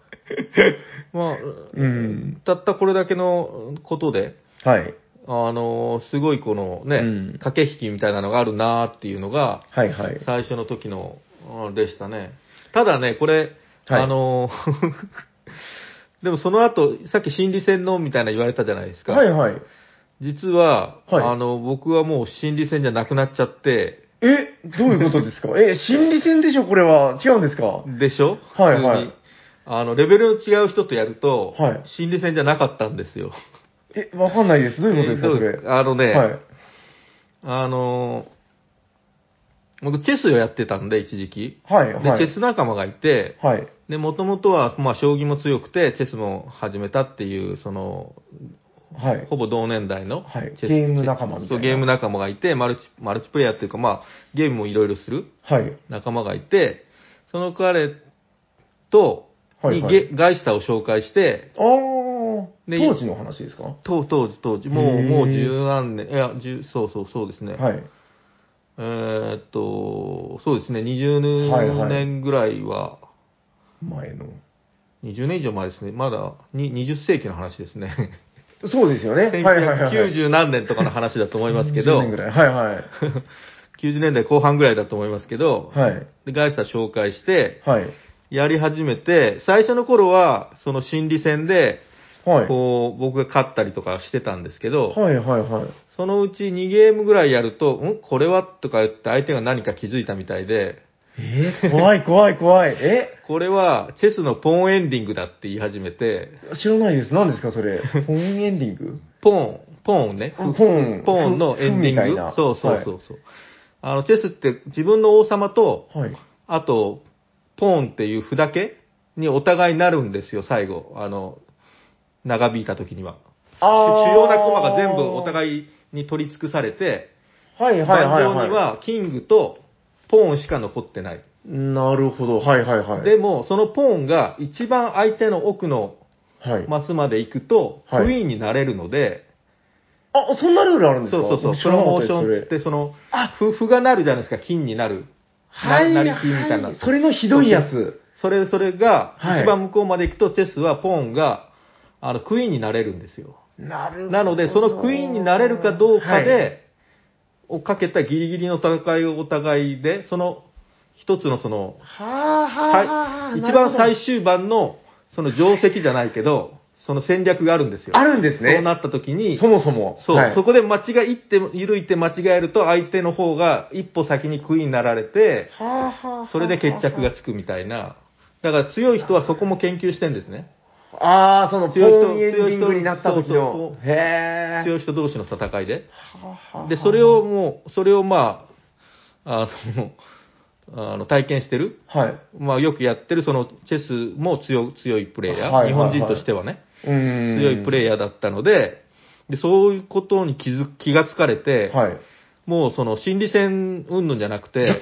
Speaker 2: まあ、
Speaker 1: うん。
Speaker 2: たったこれだけのことで、
Speaker 1: はい。
Speaker 2: あの、すごいこのね、
Speaker 1: うん
Speaker 2: 駆け引きみたいなのがあるなーっていうのが、
Speaker 1: はいはい。
Speaker 2: 最初の時の、あでしたね。ただね、これ、
Speaker 1: はい
Speaker 2: あの、 [laughs] でもその後、さっき心理戦のみたいな言われたじゃないですか。
Speaker 1: はいはい。
Speaker 2: 実は、
Speaker 1: はい
Speaker 2: あの、僕はもう心理戦じゃなくなっちゃって、
Speaker 1: え、どういうことですかえ、心理戦でしょ、これは。違うんですかは
Speaker 2: でしょ
Speaker 1: はいはい
Speaker 2: 普通にあの、レベルの違う人とやると、
Speaker 1: はい
Speaker 2: 心理戦じゃなかったんですよ。
Speaker 1: え、わかんないです。どういうことですか、そ
Speaker 2: え
Speaker 1: れ
Speaker 2: ー。そう [laughs] あのね、
Speaker 1: はい。
Speaker 2: あのー僕、チェスをやってたんで、一時期。
Speaker 1: はい、はい。
Speaker 2: で、チェス仲間がいて、
Speaker 1: はい。
Speaker 2: で、もともとは、まあ、将棋も強くて、チェスも始めたっていう、その、
Speaker 1: はい。
Speaker 2: ほぼ同年代の
Speaker 1: はい
Speaker 2: チェス
Speaker 1: ゲーム仲間みたいな
Speaker 2: そう、ゲーム仲間がいて、マルチ、マルチプレイヤーっていうか、まあ、ゲームもいろいろする
Speaker 1: はい。
Speaker 2: 仲間がいて、その彼と、
Speaker 1: はい
Speaker 2: に
Speaker 1: はい
Speaker 2: ゲ、ガイスタを紹介して、
Speaker 1: あー、
Speaker 2: で
Speaker 1: 当時の話ですかは
Speaker 2: 当当時、当時、も
Speaker 1: へ
Speaker 2: う、
Speaker 1: ー
Speaker 2: もう十何年、いや、十、そうそう、そうですね。
Speaker 1: い。
Speaker 2: えーっと、そうですね、
Speaker 1: はいは
Speaker 2: 20
Speaker 1: い
Speaker 2: 年ぐらいは、
Speaker 1: 前の。
Speaker 2: 20年以上前ですね、まだに20世紀の話ですね。
Speaker 1: そうですよね。はいはいはいはい。
Speaker 2: 1990何年とかの話だと思いますけど、
Speaker 1: 10年ぐらい。はいはい。
Speaker 2: 90年代後半ぐらいだと思いますけど、
Speaker 1: はい。
Speaker 2: でガイスタ紹介して、
Speaker 1: はい。
Speaker 2: やり始めて、最初の頃は、その心理戦で、
Speaker 1: はい。
Speaker 2: こう、僕が勝ったりとかしてたんですけど、
Speaker 1: はいはいはい。
Speaker 2: そのうち2ゲームぐらいやると、んこれはとか言って相手が何か気づいたみたいで、
Speaker 1: えー、怖い怖い怖い。え
Speaker 2: これはチェスのポーンエンディングだって言い始めて、
Speaker 1: 知らないです。何ですかそ
Speaker 2: [laughs]
Speaker 1: れ。本エンディング
Speaker 2: ポーン、ポーンね。
Speaker 1: ポーン
Speaker 2: ポーンのエンデ
Speaker 1: ふみ
Speaker 2: ィ
Speaker 1: た
Speaker 2: ン
Speaker 1: い
Speaker 2: グ
Speaker 1: な。
Speaker 2: そうそうそうそう。あの、チェスって自分の王様と、
Speaker 1: はい。
Speaker 2: あと、ポーンっていう歩だけにお互いなるんですよ、最後。あの、長引いた時には。主主要な駒が全部お
Speaker 1: い。
Speaker 2: 互いに取り尽くされて、
Speaker 1: はいはいはい、
Speaker 2: 盤
Speaker 1: は
Speaker 2: 上
Speaker 1: い。
Speaker 2: にはキングとポーンしか残ってない。
Speaker 1: なるほど。はいはいはい。
Speaker 2: でも、そのポーンが一番相手の奥の
Speaker 1: はい。
Speaker 2: マスまで行くと、
Speaker 1: はい
Speaker 2: クイーンになれるので、
Speaker 1: あ、そんなルールあるんですか
Speaker 2: そうそうそう、
Speaker 1: 知
Speaker 2: プ
Speaker 1: らな
Speaker 2: ロ
Speaker 1: か
Speaker 2: モ
Speaker 1: っ
Speaker 2: ーシ
Speaker 1: た
Speaker 2: ョンっ
Speaker 1: です
Speaker 2: つって、その
Speaker 1: あ、
Speaker 2: ふ歩がなるじゃないですか、金になる。
Speaker 1: それはい。
Speaker 2: な成金みたいな
Speaker 1: はそれのひどいやつ。
Speaker 2: それ、それが、
Speaker 1: はい
Speaker 2: 一番向こうまで行くと、チェスはポーンが、あの、クイーンになれるんですよ。
Speaker 1: なるほど
Speaker 2: なので、そのクイーンになれるかどうかで、、をかけたギリギリの戦いをお互いで、その、一つのその、
Speaker 1: はい、はあはあはあ
Speaker 2: さい一番
Speaker 1: 初。
Speaker 2: 最終盤の、その定石じゃないけど、その戦略があるんですよ。
Speaker 1: あるんですね
Speaker 2: そうなった時に、
Speaker 1: そもそも。
Speaker 2: そう、
Speaker 1: はい
Speaker 2: そこで間違いって、緩いって間違えると、相手の方が一歩先にクイーンになられて、
Speaker 1: はあはあはあはあ
Speaker 2: それで決着がつくみたいな。だから強い人はそこも研究してんですね。
Speaker 1: ああ、その、ポー
Speaker 2: 強い人
Speaker 1: ンエンディングになった時
Speaker 2: そう
Speaker 1: の
Speaker 2: そう。
Speaker 1: へえ。
Speaker 2: 強い人同士の戦いで。
Speaker 1: はあはあ
Speaker 2: で、それを、もう、それをまあ、あの、あ [laughs] の体験してる、
Speaker 1: はい。
Speaker 2: まあよくやってるそのチェスも強強いプレイヤー、
Speaker 1: はいはいはい
Speaker 2: 日本人としてはね、
Speaker 1: うん。
Speaker 2: 強いプレイヤーだったので、で、そういうことに気づ気がつかれて、
Speaker 1: はい。
Speaker 2: もうその心理戦云々じゃなくて、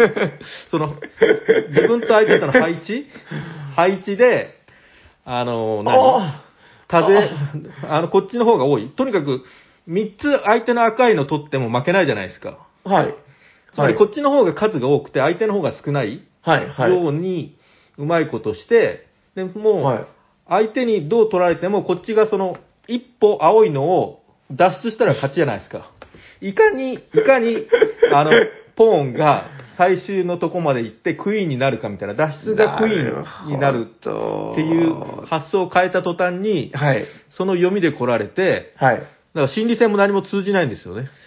Speaker 2: [laughs] その、自分と相手との配
Speaker 1: [laughs]
Speaker 2: 置配置で、あの、何
Speaker 1: あ
Speaker 2: 風、あの、こっちの方が多い。とにかく、3つ相手の赤いの取っても負けないじゃないですか。
Speaker 1: あはい。
Speaker 2: つまりこ
Speaker 1: ち。
Speaker 2: っちの方が数が多くて相手の方が少ない
Speaker 1: はい、はい。
Speaker 2: ようにうまいことして、で、
Speaker 1: は
Speaker 2: も、
Speaker 1: いう
Speaker 2: 相手にどう取られてもこっちがその、一歩青いのを脱出したら勝ちじゃないですか。いかに、いか [laughs] に、あの、ポーンが最終のとこまで行ってクイーンになるかみたいな、脱出がクイーンになる
Speaker 1: と
Speaker 2: っていう発想を変えた途端に、
Speaker 1: はい。
Speaker 2: その読みで来られて、
Speaker 1: はい。
Speaker 2: だから心理戦も何も通じないんですよね。 [laughs]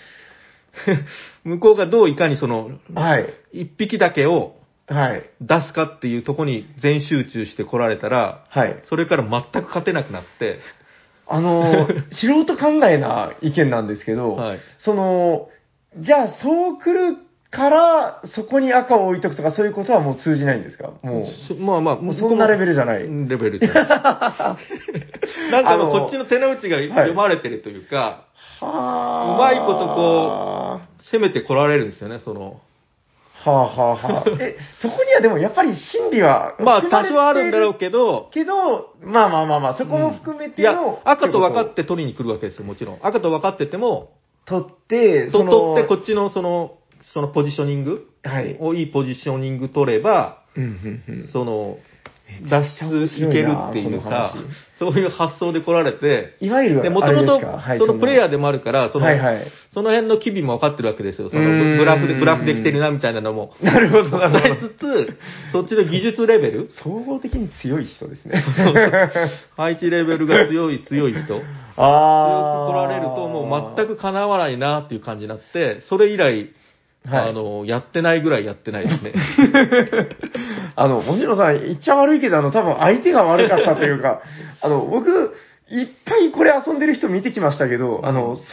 Speaker 2: 向こうがどういかにその、
Speaker 1: はい。
Speaker 2: 一匹だけを
Speaker 1: はい。
Speaker 2: 出すかっていうとこに全集中して来られたら、
Speaker 1: はい。
Speaker 2: それから全く勝てなくなって、
Speaker 1: あ
Speaker 2: [laughs]
Speaker 1: のー、素人考えな意見なんですけど、
Speaker 2: はい
Speaker 1: その、じゃあそう来るから、そこに赤を置いとくとかそういうことはもう通じないんですかも
Speaker 2: そまあまあ、
Speaker 1: う、もうそんなレベルじゃな
Speaker 2: ル
Speaker 1: い。
Speaker 2: レベルじゃない。 [laughs] なんかも
Speaker 1: あの
Speaker 2: うこっちの手の内が読まれてるというか、
Speaker 1: はあ
Speaker 2: うまいことこ攻めて来られるんですよね、その。
Speaker 1: はあはあは
Speaker 2: [laughs]
Speaker 1: あ。え、そこにはでもやっぱり心理は、
Speaker 2: まあ多少あるんだろ
Speaker 1: う
Speaker 2: うけど、
Speaker 1: けど、まあまあまあまあ、そこも含め
Speaker 2: い
Speaker 1: て
Speaker 2: や
Speaker 1: の、、。
Speaker 2: 赤と分かってて取りに来るわけですよ、もちろん。赤と分かってても、
Speaker 1: 取って、
Speaker 2: と
Speaker 1: その
Speaker 2: 取ってこっちのその、そのポジショニング
Speaker 1: はい。
Speaker 2: をいいポジショニング取れば、
Speaker 1: うんうんうん
Speaker 2: その、
Speaker 1: めちゃ
Speaker 2: 脱
Speaker 1: くちゃ
Speaker 2: 出
Speaker 1: 面
Speaker 2: い
Speaker 1: 白
Speaker 2: け
Speaker 1: い
Speaker 2: る
Speaker 1: な
Speaker 2: っていうさ
Speaker 1: この話、
Speaker 2: そういう発想で来られて、
Speaker 1: いわゆる、
Speaker 2: で、もともと、そのプレイヤー
Speaker 1: ー
Speaker 2: でもあるから、その、
Speaker 1: はいはい
Speaker 2: その辺の機微も分かってるわけですよ。その
Speaker 1: うーん
Speaker 2: ブブラフで、ブラフできてるなみたいなのも。
Speaker 1: なる
Speaker 2: [laughs]
Speaker 1: ほど、な
Speaker 2: 分かり
Speaker 1: るほ
Speaker 2: つ
Speaker 1: ど。
Speaker 2: つ、そっちの技術レベル、
Speaker 1: 総合的に強い人
Speaker 2: [laughs]
Speaker 1: ですね。
Speaker 2: 配置レベルが強い強い [laughs] 人、強く
Speaker 1: [laughs] あー。
Speaker 2: 来られるともう全く叶わないなっていう感じになって、それ以来、
Speaker 1: はい
Speaker 2: あの、やってないぐらいやってないですね。
Speaker 1: [laughs]
Speaker 2: [laughs]
Speaker 1: あの、もちろんさん、言っちゃ悪いけど、あの、多分相手が悪かったというか、あの、僕、いっぱいこれ遊んでる人見てきましたけど、あの、そ、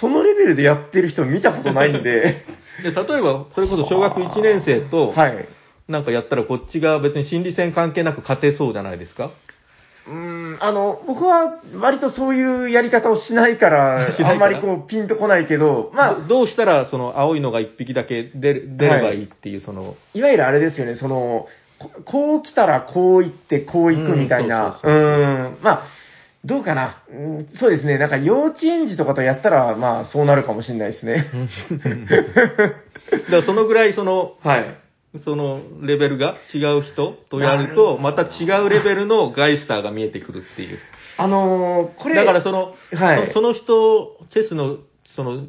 Speaker 1: そのレベルでやってる人見たことないんで、
Speaker 2: で、例えば、 [laughs] それこそ小学1年生と、
Speaker 1: はい。
Speaker 2: なんかやったらこっちが別に心理戦関係なく勝てそうじゃないですか
Speaker 1: うーん、あの、僕は割とそういうやり方をしないから、
Speaker 2: [laughs] しないから
Speaker 1: あんまりこう、ピンとこないけど、まあ
Speaker 2: ど、どうしたら、その青いのが1匹だけ出る出ればいいっていう、その、
Speaker 1: いわゆるあれですよね、その、ここう来たらこう行って、こう行くみたいな。う、
Speaker 2: うん
Speaker 1: まあ、どうかな、うん。そうですね、なんか幼稚園児とかとやったら、まあ、そうなるかもしれないですね。
Speaker 2: [laughs] だからそのぐらいその、
Speaker 1: はい。
Speaker 2: そのレベルが違う人とやると、また違うレベルのガイスターが見えてくるっていう。
Speaker 1: あのーこれ、
Speaker 2: だからその、
Speaker 1: はい
Speaker 2: そその人、チェスの、その、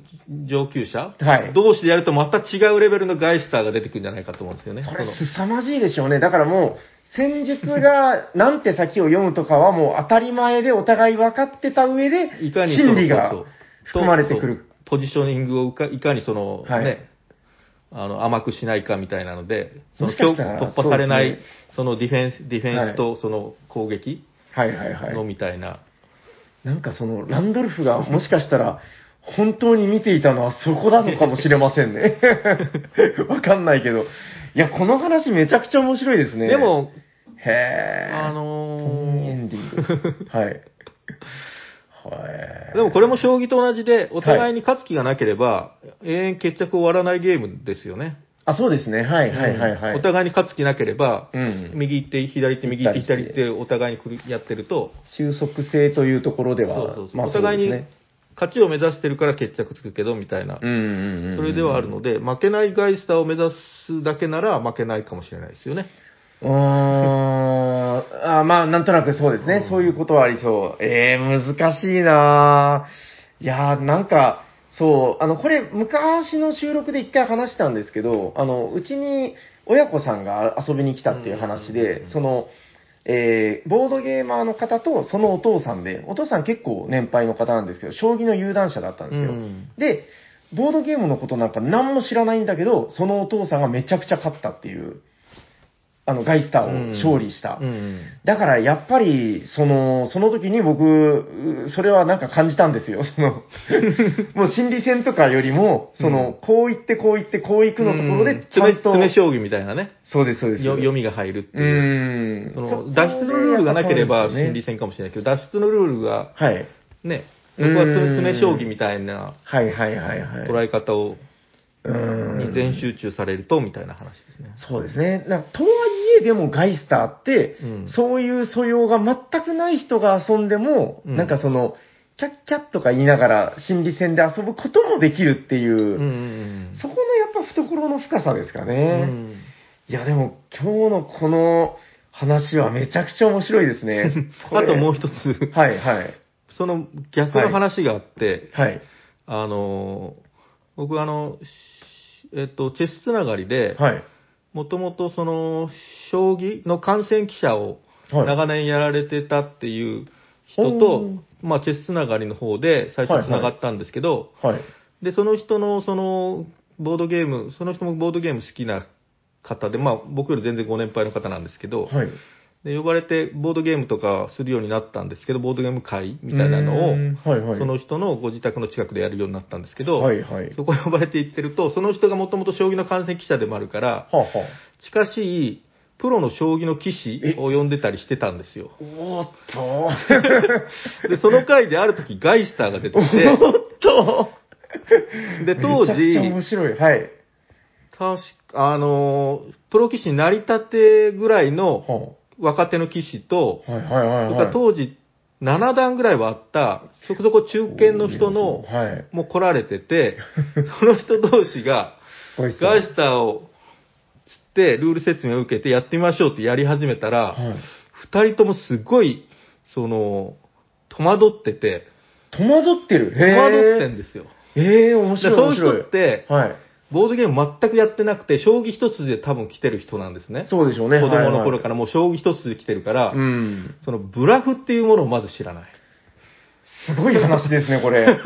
Speaker 2: 上級者、
Speaker 1: はい
Speaker 2: 同士でやるとまた違うレベルのガイスターが出てくるんじゃないかと思うんですよね。
Speaker 1: それ
Speaker 2: の
Speaker 1: 凄まじいでしょうね。だからもう、戦術が [laughs] なんて先を読むとかはもう当たり前でお互い分かってた上で、
Speaker 2: いかに
Speaker 1: 心理が
Speaker 2: そうそうそう
Speaker 1: 含まれてくる。
Speaker 2: そうポジショニングをうかいかにその、
Speaker 1: はい
Speaker 2: ね、あの甘くしないかみたいなので、その
Speaker 1: もしかしたら
Speaker 2: 強突破されない、
Speaker 1: そう
Speaker 2: そ
Speaker 1: ですね
Speaker 2: のディフェンス、ディフェンスとその攻撃
Speaker 1: はいはいはい。
Speaker 2: のみたいな。
Speaker 1: なんかその、ランドルフがもしかしたら、本当に見ていたのはそこなのかもしれません
Speaker 2: [laughs]
Speaker 1: ね。わかんないけど。いや、この話めちゃくちゃ面白いですね。
Speaker 2: で、も、
Speaker 1: へー。
Speaker 2: あ
Speaker 1: ポ
Speaker 2: の
Speaker 1: ンエ
Speaker 2: [laughs] ー
Speaker 1: ンディング。はい。はい。
Speaker 2: でもこれも将棋と同じで、お互いに勝つ気がなければ、永遠決着終わらないゲームですよね。
Speaker 1: あ、そうですね。はいはいはいはい。
Speaker 2: お互いに勝つ気なければ、
Speaker 1: うん。
Speaker 2: 右行って左行って右行って
Speaker 1: 行ったり
Speaker 2: 左
Speaker 1: し
Speaker 2: 行
Speaker 1: て
Speaker 2: ってお互いにくるやってると、
Speaker 1: 収束性というところで
Speaker 2: そう
Speaker 1: は
Speaker 2: そう、そう
Speaker 1: まあ
Speaker 2: お
Speaker 1: そう
Speaker 2: 互
Speaker 1: で
Speaker 2: い
Speaker 1: す
Speaker 2: に
Speaker 1: ね。
Speaker 2: 勝ちを目指してるから決着つくけどみたいな、
Speaker 1: うんうんうんうん。
Speaker 2: それではあるので、負けないガイスターを目指すだけなら負けないかもしれないですよね。
Speaker 1: うーんあーまあ、なんとなくそうですね。
Speaker 2: うん
Speaker 1: そういうことはありそう。えー、難しいなぁいやーなんか、そう、あの、これ、昔の収録で一回話したんですけど、あの、うちに親子さんが遊びに来たっていう話
Speaker 2: う
Speaker 1: で、
Speaker 2: ん
Speaker 1: その、えーボードゲーマーの方とそのお父さんで、お父さん結構年配の方なんですけど、将棋の有段者だったんですよ。
Speaker 2: うん
Speaker 1: で、ボードゲームのことなんか何も知らないんだけど、そのお父さんがめちゃくちゃ勝ったっていう、あの、ガイスターを勝利した。
Speaker 2: うん
Speaker 1: だからやっぱり、その、その時に僕、うそれはなんか感じたんですよ。そ
Speaker 2: [laughs]
Speaker 1: の、もう心理戦とかよりも、その、
Speaker 2: うん
Speaker 1: こう言ってこう言ってこう行くのところ
Speaker 2: うん
Speaker 1: で、ちゃ
Speaker 2: 詰め
Speaker 1: んと、
Speaker 2: 詰め将棋みたいなね、
Speaker 1: そうです、そうです。
Speaker 2: よ読みが入るって
Speaker 1: う
Speaker 2: い
Speaker 1: ー
Speaker 2: う。
Speaker 1: ん。
Speaker 2: そ
Speaker 1: そこ
Speaker 2: の
Speaker 1: で
Speaker 2: 脱出のルールがなけれ
Speaker 1: や
Speaker 2: ば
Speaker 1: っぱそうですよね
Speaker 2: 心理戦かもしれないけど、脱出のルールが
Speaker 1: はい。
Speaker 2: ね、そこは詰
Speaker 1: う
Speaker 2: め
Speaker 1: ん
Speaker 2: 詰め将棋みたいな
Speaker 1: はいはいはいはい。
Speaker 2: 捉え方を、
Speaker 1: うー
Speaker 2: に
Speaker 1: ん
Speaker 2: 全集中されるとみたいな話ですね。
Speaker 1: そうですね。なとはいえ、でもガイスターって、
Speaker 2: うん
Speaker 1: そういう素養が全くない人が遊んでも、
Speaker 2: うん
Speaker 1: なんかその、キャッキャッとか言いながら心理戦で遊ぶこともできるっていう、
Speaker 2: うんうん
Speaker 1: そこのやっぱ懐の深さですか
Speaker 2: うんう
Speaker 1: ね。
Speaker 2: ん。
Speaker 1: いや、でも今日のこの話はめちゃくちゃ面白いですね
Speaker 2: [laughs] あともう
Speaker 1: 一
Speaker 2: 一つ、
Speaker 1: はいはい。
Speaker 2: その逆の話があって、
Speaker 1: はい。
Speaker 2: あの、僕あの、しえっと、チェスつながりで、
Speaker 1: はい。
Speaker 2: もともとその、将棋の観戦記者を
Speaker 1: はい
Speaker 2: 長年やられてたっていう人と、
Speaker 1: ほう
Speaker 2: まあ、チェスつながりの方で最初つながったんですけど、
Speaker 1: はい。
Speaker 2: で、その人の、その、ボードゲーム、その人もボードゲーム好きな方で、まあ、僕より全然ご年配の方なんですけど、
Speaker 1: はい。
Speaker 2: で呼ばれてボードゲームとかするようになったんですけど、ボードゲーム会みたいなの
Speaker 1: う
Speaker 2: を
Speaker 1: ー、んはいはい。
Speaker 2: その人のご自宅の近くでやるようになったんですけど、
Speaker 1: はいはい。
Speaker 2: そこに呼ばれて行ってると、その人がもともと将棋の観戦記者でもあるから、
Speaker 1: はあはあ
Speaker 2: 近しいプロの将棋の棋士を呼んでたりしてたんですよ。
Speaker 1: おーっと。
Speaker 2: で、その回である時ガイスターが
Speaker 1: [laughs]
Speaker 2: 出てき
Speaker 1: おーっと。
Speaker 2: て、で、当
Speaker 1: めち
Speaker 2: 時、
Speaker 1: ゃくちゃ面白い。はい。
Speaker 2: 確か、あのー、プロ棋士になりたてぐらいの若手の棋士と、
Speaker 1: はいはいはい
Speaker 2: それ
Speaker 1: は
Speaker 2: か
Speaker 1: い。
Speaker 2: ら当時7段ぐらいはあった、そこそこ中堅の人の、
Speaker 1: はい。
Speaker 2: もう来られてて、その人同士が、
Speaker 1: ご質問
Speaker 2: ガイスターをつって、ルール説明を受けてやってみましょうってやり始めたら、
Speaker 1: はい。
Speaker 2: 二、人ともすごい、その、戸惑ってて、
Speaker 1: 戸惑ってる。
Speaker 2: 戸
Speaker 1: へー
Speaker 2: 惑ってんですよ。
Speaker 1: ええ、面
Speaker 2: でそ
Speaker 1: 白い。
Speaker 2: うい
Speaker 1: 面
Speaker 2: う
Speaker 1: 白
Speaker 2: 人
Speaker 1: い
Speaker 2: っ。て、
Speaker 1: はい。
Speaker 2: ボードゲーム全くやってなくて、将棋一筋で多分来てる人なんですね。
Speaker 1: そうでしょうね。。
Speaker 2: 子供の頃かららもう将棋一筋で来てるから、
Speaker 1: うん。
Speaker 2: そのブラフっていうものをまず知らない。
Speaker 1: すごい話ですね、こ
Speaker 2: [laughs]
Speaker 1: れ。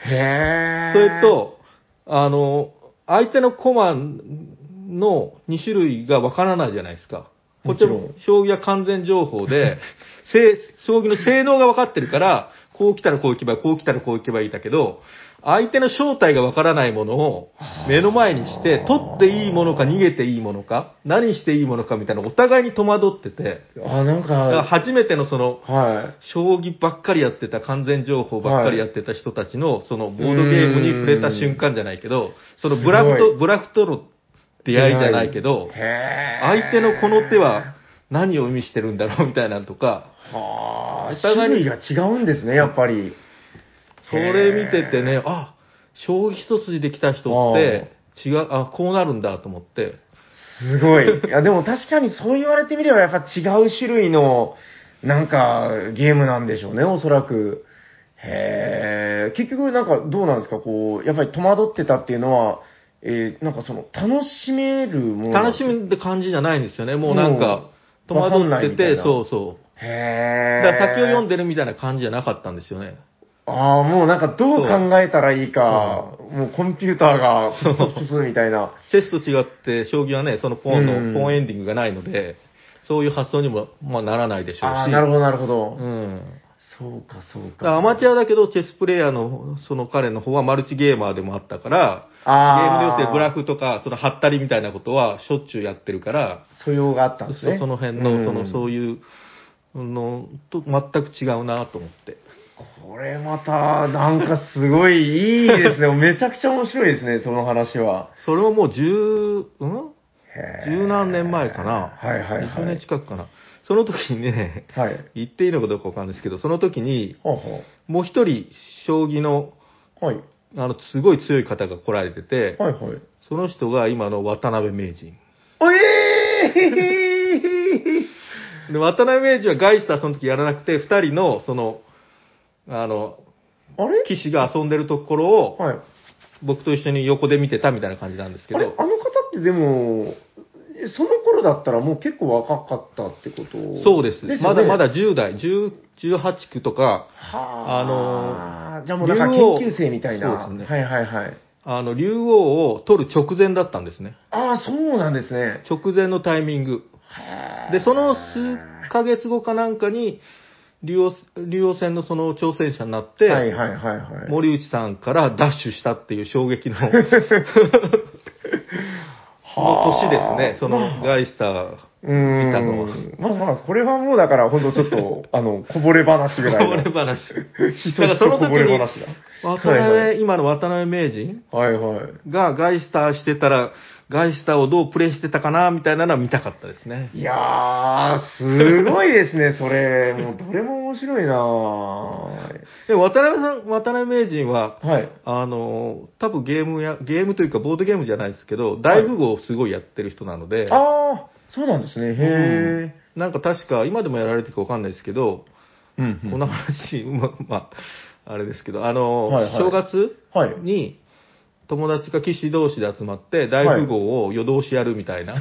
Speaker 1: へえ。
Speaker 2: それ、と、あの、相手のコマの2種類がわからないじゃないですか。こ
Speaker 1: も
Speaker 2: っ
Speaker 1: ち
Speaker 2: ち
Speaker 1: ろん
Speaker 2: も将棋は完全情報で、 [laughs] せ将棋の性能が分かってるから、こう来たらこう行けばいい、こう来たらこう行けばいいだけど、相手の正体が分からないものを目の前にして、取っていいものか逃げていいものか、何していいものかみたいなお互いに戸惑ってて、
Speaker 1: あ、なんか、
Speaker 2: だから初めてのその、
Speaker 1: は
Speaker 2: 将棋ばっかりやってた、完全情報ばっかりやってた人たちの、そのボードゲームに触れた瞬間じゃないけど、そのブラフ
Speaker 1: すご
Speaker 2: と、
Speaker 1: い
Speaker 2: ブラフとの
Speaker 1: い。
Speaker 2: 出会いじゃないけど、
Speaker 1: へー
Speaker 2: 相手のこの手、は何を意味してるんだろうみたいなのとか、
Speaker 1: はあ、
Speaker 2: お互
Speaker 1: 種類
Speaker 2: いに
Speaker 1: が違うんですね、やっぱり。
Speaker 2: それ見ててね、あ、将棋一筋できた人って、違う、あ、こうなるんだと思って、
Speaker 1: すごい。いや、でも確かにそう言われてみれば、やっぱ違う種類の、なんか、ゲームなんでしょうね、おそらく。へえ。結局、なんか、どうなんですかこう、やっぱり戸惑ってたっていうのは、えーなんかその、楽しめるものなんで
Speaker 2: 楽
Speaker 1: す
Speaker 2: し
Speaker 1: か。
Speaker 2: むって感じじゃないんですよね。もうなんか、戸
Speaker 1: もうわかん
Speaker 2: 惑
Speaker 1: ない
Speaker 2: っ
Speaker 1: み
Speaker 2: て
Speaker 1: たい
Speaker 2: て
Speaker 1: な、
Speaker 2: そうそう。
Speaker 1: へ
Speaker 2: だ
Speaker 1: え。
Speaker 2: から先を読ん
Speaker 1: で。
Speaker 2: でるみたいな感じじゃなかったんですよね。
Speaker 1: ああ、もうなんか、どう考えたらいいか、もうコンピューターが、プスプスプスみたいな。
Speaker 2: チェスと違って、将棋はね、そのポー
Speaker 1: う
Speaker 2: ン
Speaker 1: ん
Speaker 2: の、ポーンエンディングがないので、そういう発想にも、まあ、ならないでしょうし。
Speaker 1: ああ、なるほど、なるほど。
Speaker 2: うん。
Speaker 1: そうか、そう
Speaker 2: だから
Speaker 1: か。
Speaker 2: アマチュアだけど、チェスプレイヤーの、その彼の方はマルチゲーマーでもあったから、ゲー
Speaker 1: あ
Speaker 2: ムで要するにブラ
Speaker 1: ク。
Speaker 2: フとか、そのハったりみたいなことはしょっちゅうやってるから、
Speaker 1: 素養があったんです
Speaker 2: そ
Speaker 1: ね。
Speaker 2: うその辺の、その、
Speaker 1: う
Speaker 2: そ
Speaker 1: ん。
Speaker 2: ういうのと全く違うなと思って。
Speaker 1: これまた、なんかすごいいいです
Speaker 2: [laughs]
Speaker 1: ね。めちゃくちゃ面白いですね、その話は。
Speaker 2: それももう十、うん
Speaker 1: へー
Speaker 2: 十何年前かな。
Speaker 1: はいはいは
Speaker 2: 20年
Speaker 1: い。
Speaker 2: 近くかな。その時にね、 [laughs]
Speaker 1: はい。
Speaker 2: 言っていいのかどうかわかんないですけど、その時に、
Speaker 1: ほうほ
Speaker 2: もう一人、将棋の、
Speaker 1: う。はい。
Speaker 2: あの、すごい強い方が来られてて、
Speaker 1: はいはい。
Speaker 2: その人が今の渡辺名人。
Speaker 1: おえ
Speaker 2: で、渡辺名人はガイスターその時やらなくて、二人の、その、あの、
Speaker 1: ーあれ
Speaker 2: 騎士が遊んでるところを、
Speaker 1: はい。
Speaker 2: 僕と一緒に横で見てたみたいな感じなんですけ
Speaker 1: あれあの
Speaker 2: ど、
Speaker 1: 方ってでも、その頃だったらもう結構若かったってこと
Speaker 2: そうです。
Speaker 1: よね
Speaker 2: まだまだ10代、10 18区とか、
Speaker 1: はあ、
Speaker 2: あの
Speaker 1: じゃあもうなんか
Speaker 2: 竜王
Speaker 1: 研究生みたいな。
Speaker 2: そうです
Speaker 1: はいはいはい。
Speaker 2: あの、竜王を取る直前だったんですね。
Speaker 1: ああ、そうなんですね。
Speaker 2: 直前のタイミング。
Speaker 1: へー
Speaker 2: で、その数ヶ月後かなんかに、竜王、竜王戦のその挑戦者になって、
Speaker 1: はいはいはいはい。
Speaker 2: 森内さんからダッシュしたっていう衝撃 [laughs] の、の年ですね。そのガイスター。
Speaker 1: うーん
Speaker 2: 見たのは
Speaker 1: まあまあ、これはもうだから、ほんとちょっ
Speaker 2: [laughs]
Speaker 1: と、あの、こぼれ話ぐらいの。
Speaker 2: こぼれ話。
Speaker 1: ひそ
Speaker 2: だ
Speaker 1: ひ
Speaker 2: か
Speaker 1: そ
Speaker 2: らその
Speaker 1: こ
Speaker 2: 時
Speaker 1: ぼれ
Speaker 2: に、
Speaker 1: 話だ。
Speaker 2: 渡
Speaker 1: はいは
Speaker 2: 辺、今の渡辺名人
Speaker 1: はいはい。
Speaker 2: がガイスターしてたら、ガイスターをどうプレイしてたかな、みたいなのは見たかったですね。
Speaker 1: いやー、すごいです
Speaker 2: [laughs]
Speaker 1: ね、それ。もう、どれも面白いなぁ
Speaker 2: でも渡辺さん、渡辺名人は、
Speaker 1: はい。
Speaker 2: あの、多分ゲームや、ゲームというかボードゲームじゃないですけど、大富豪をすごいやってる人なので、
Speaker 1: あー、そうなんですね。へ
Speaker 2: なんか確か、今でもやられてるかわかんないですけど、
Speaker 1: ー。うん
Speaker 2: この話、ま、まあ、あれですけど、あの、
Speaker 1: はいはい
Speaker 2: 正月
Speaker 1: はい。
Speaker 2: に、友達が騎士同士で集まって、大富豪を夜通しやるみたいな、こ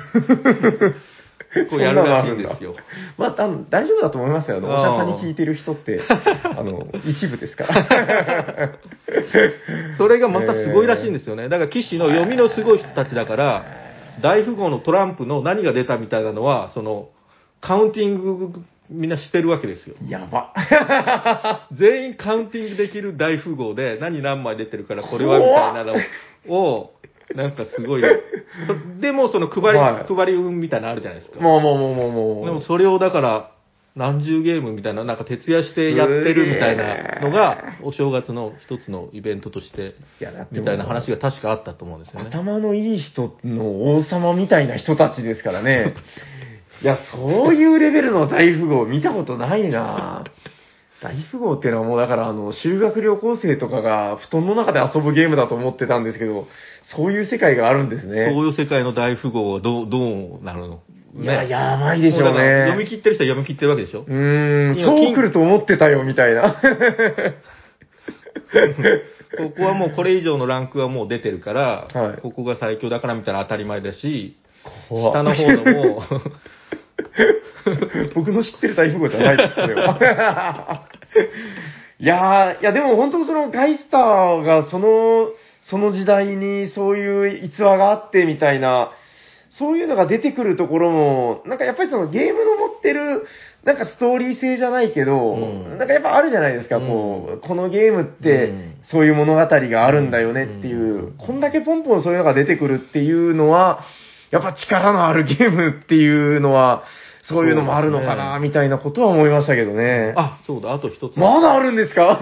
Speaker 2: うやるらしいんですよ。
Speaker 1: まあ、あの、大丈夫だと思いますよ。あの、お医
Speaker 2: あー
Speaker 1: 者さんに聞いてる人
Speaker 2: [laughs]
Speaker 1: って、あの、一部ですから。
Speaker 2: それがまたすごいらしいんですよね。だから騎士の読みのすごい人たちだから、大富豪のトランプの何が出たみたいなのは、その、カウンティングみんなしてるわけですよ。
Speaker 1: やば。
Speaker 2: 全員カウンティングできる大富豪で、何何枚出てるからこれはみたいなのを、なんかす
Speaker 1: [laughs]
Speaker 2: ごい。そでもその配り、
Speaker 1: はい
Speaker 2: 配り運みたいなのあるじゃないですか。
Speaker 1: もうもうもうもうもう。
Speaker 2: でもそれをだから、何十ゲームみたいな、なんか徹夜してやってるみたいなのが、お正月の一つのイベントとして
Speaker 1: いやだってもう
Speaker 2: みたいな話が確かあったと思うんですよね。
Speaker 1: 頭のいい人の王様みたいな人たちですからね。いや、そういうレベルの大富豪見たことないな大富豪っていうのはもうだからあの、修学旅行生とかが布団の中で遊ぶゲームだと思ってたんですけど、そういう世界があるんですね。
Speaker 2: そういう世界の大富豪はどう、どうなるの
Speaker 1: いや、
Speaker 2: ね
Speaker 1: やばいでしょう
Speaker 2: もだから読み
Speaker 1: ね。
Speaker 2: 切ってる人は読み切ってるわけでしょ
Speaker 1: うーん、
Speaker 2: 今
Speaker 1: そう
Speaker 2: 金
Speaker 1: 来ると思ってたよ、みたいな。
Speaker 2: [laughs] ここはもうこれ以上のランクはもう出てるから、
Speaker 1: はい
Speaker 2: ここが最強だからみたいな当たり前だし、
Speaker 1: 怖っ
Speaker 2: 下の方の
Speaker 1: [laughs]
Speaker 2: もう、
Speaker 1: 僕の知ってる大富豪じゃないです、それは。 [laughs] いやー、いやでも本当そのガイスターがその、その時代にそういう逸話があってみたいな、そういうのが出てくるところも、なんかやっぱりそのゲームの持ってる、なんかストーリー性じゃないけど、
Speaker 2: うん
Speaker 1: なんかやっぱあるじゃないですか、こう、このゲームって
Speaker 2: うん、
Speaker 1: そういう物語があるんだよねっていう、こんだけポンポンそういうのが出てくるっていうのは、やっぱ力のあるゲームっていうのは、そういうのもあるのかな、
Speaker 2: そうです
Speaker 1: みたいなことは思いましたけどね。
Speaker 2: あ、そうだ、あと一つ。
Speaker 1: まだあるんですか [laughs]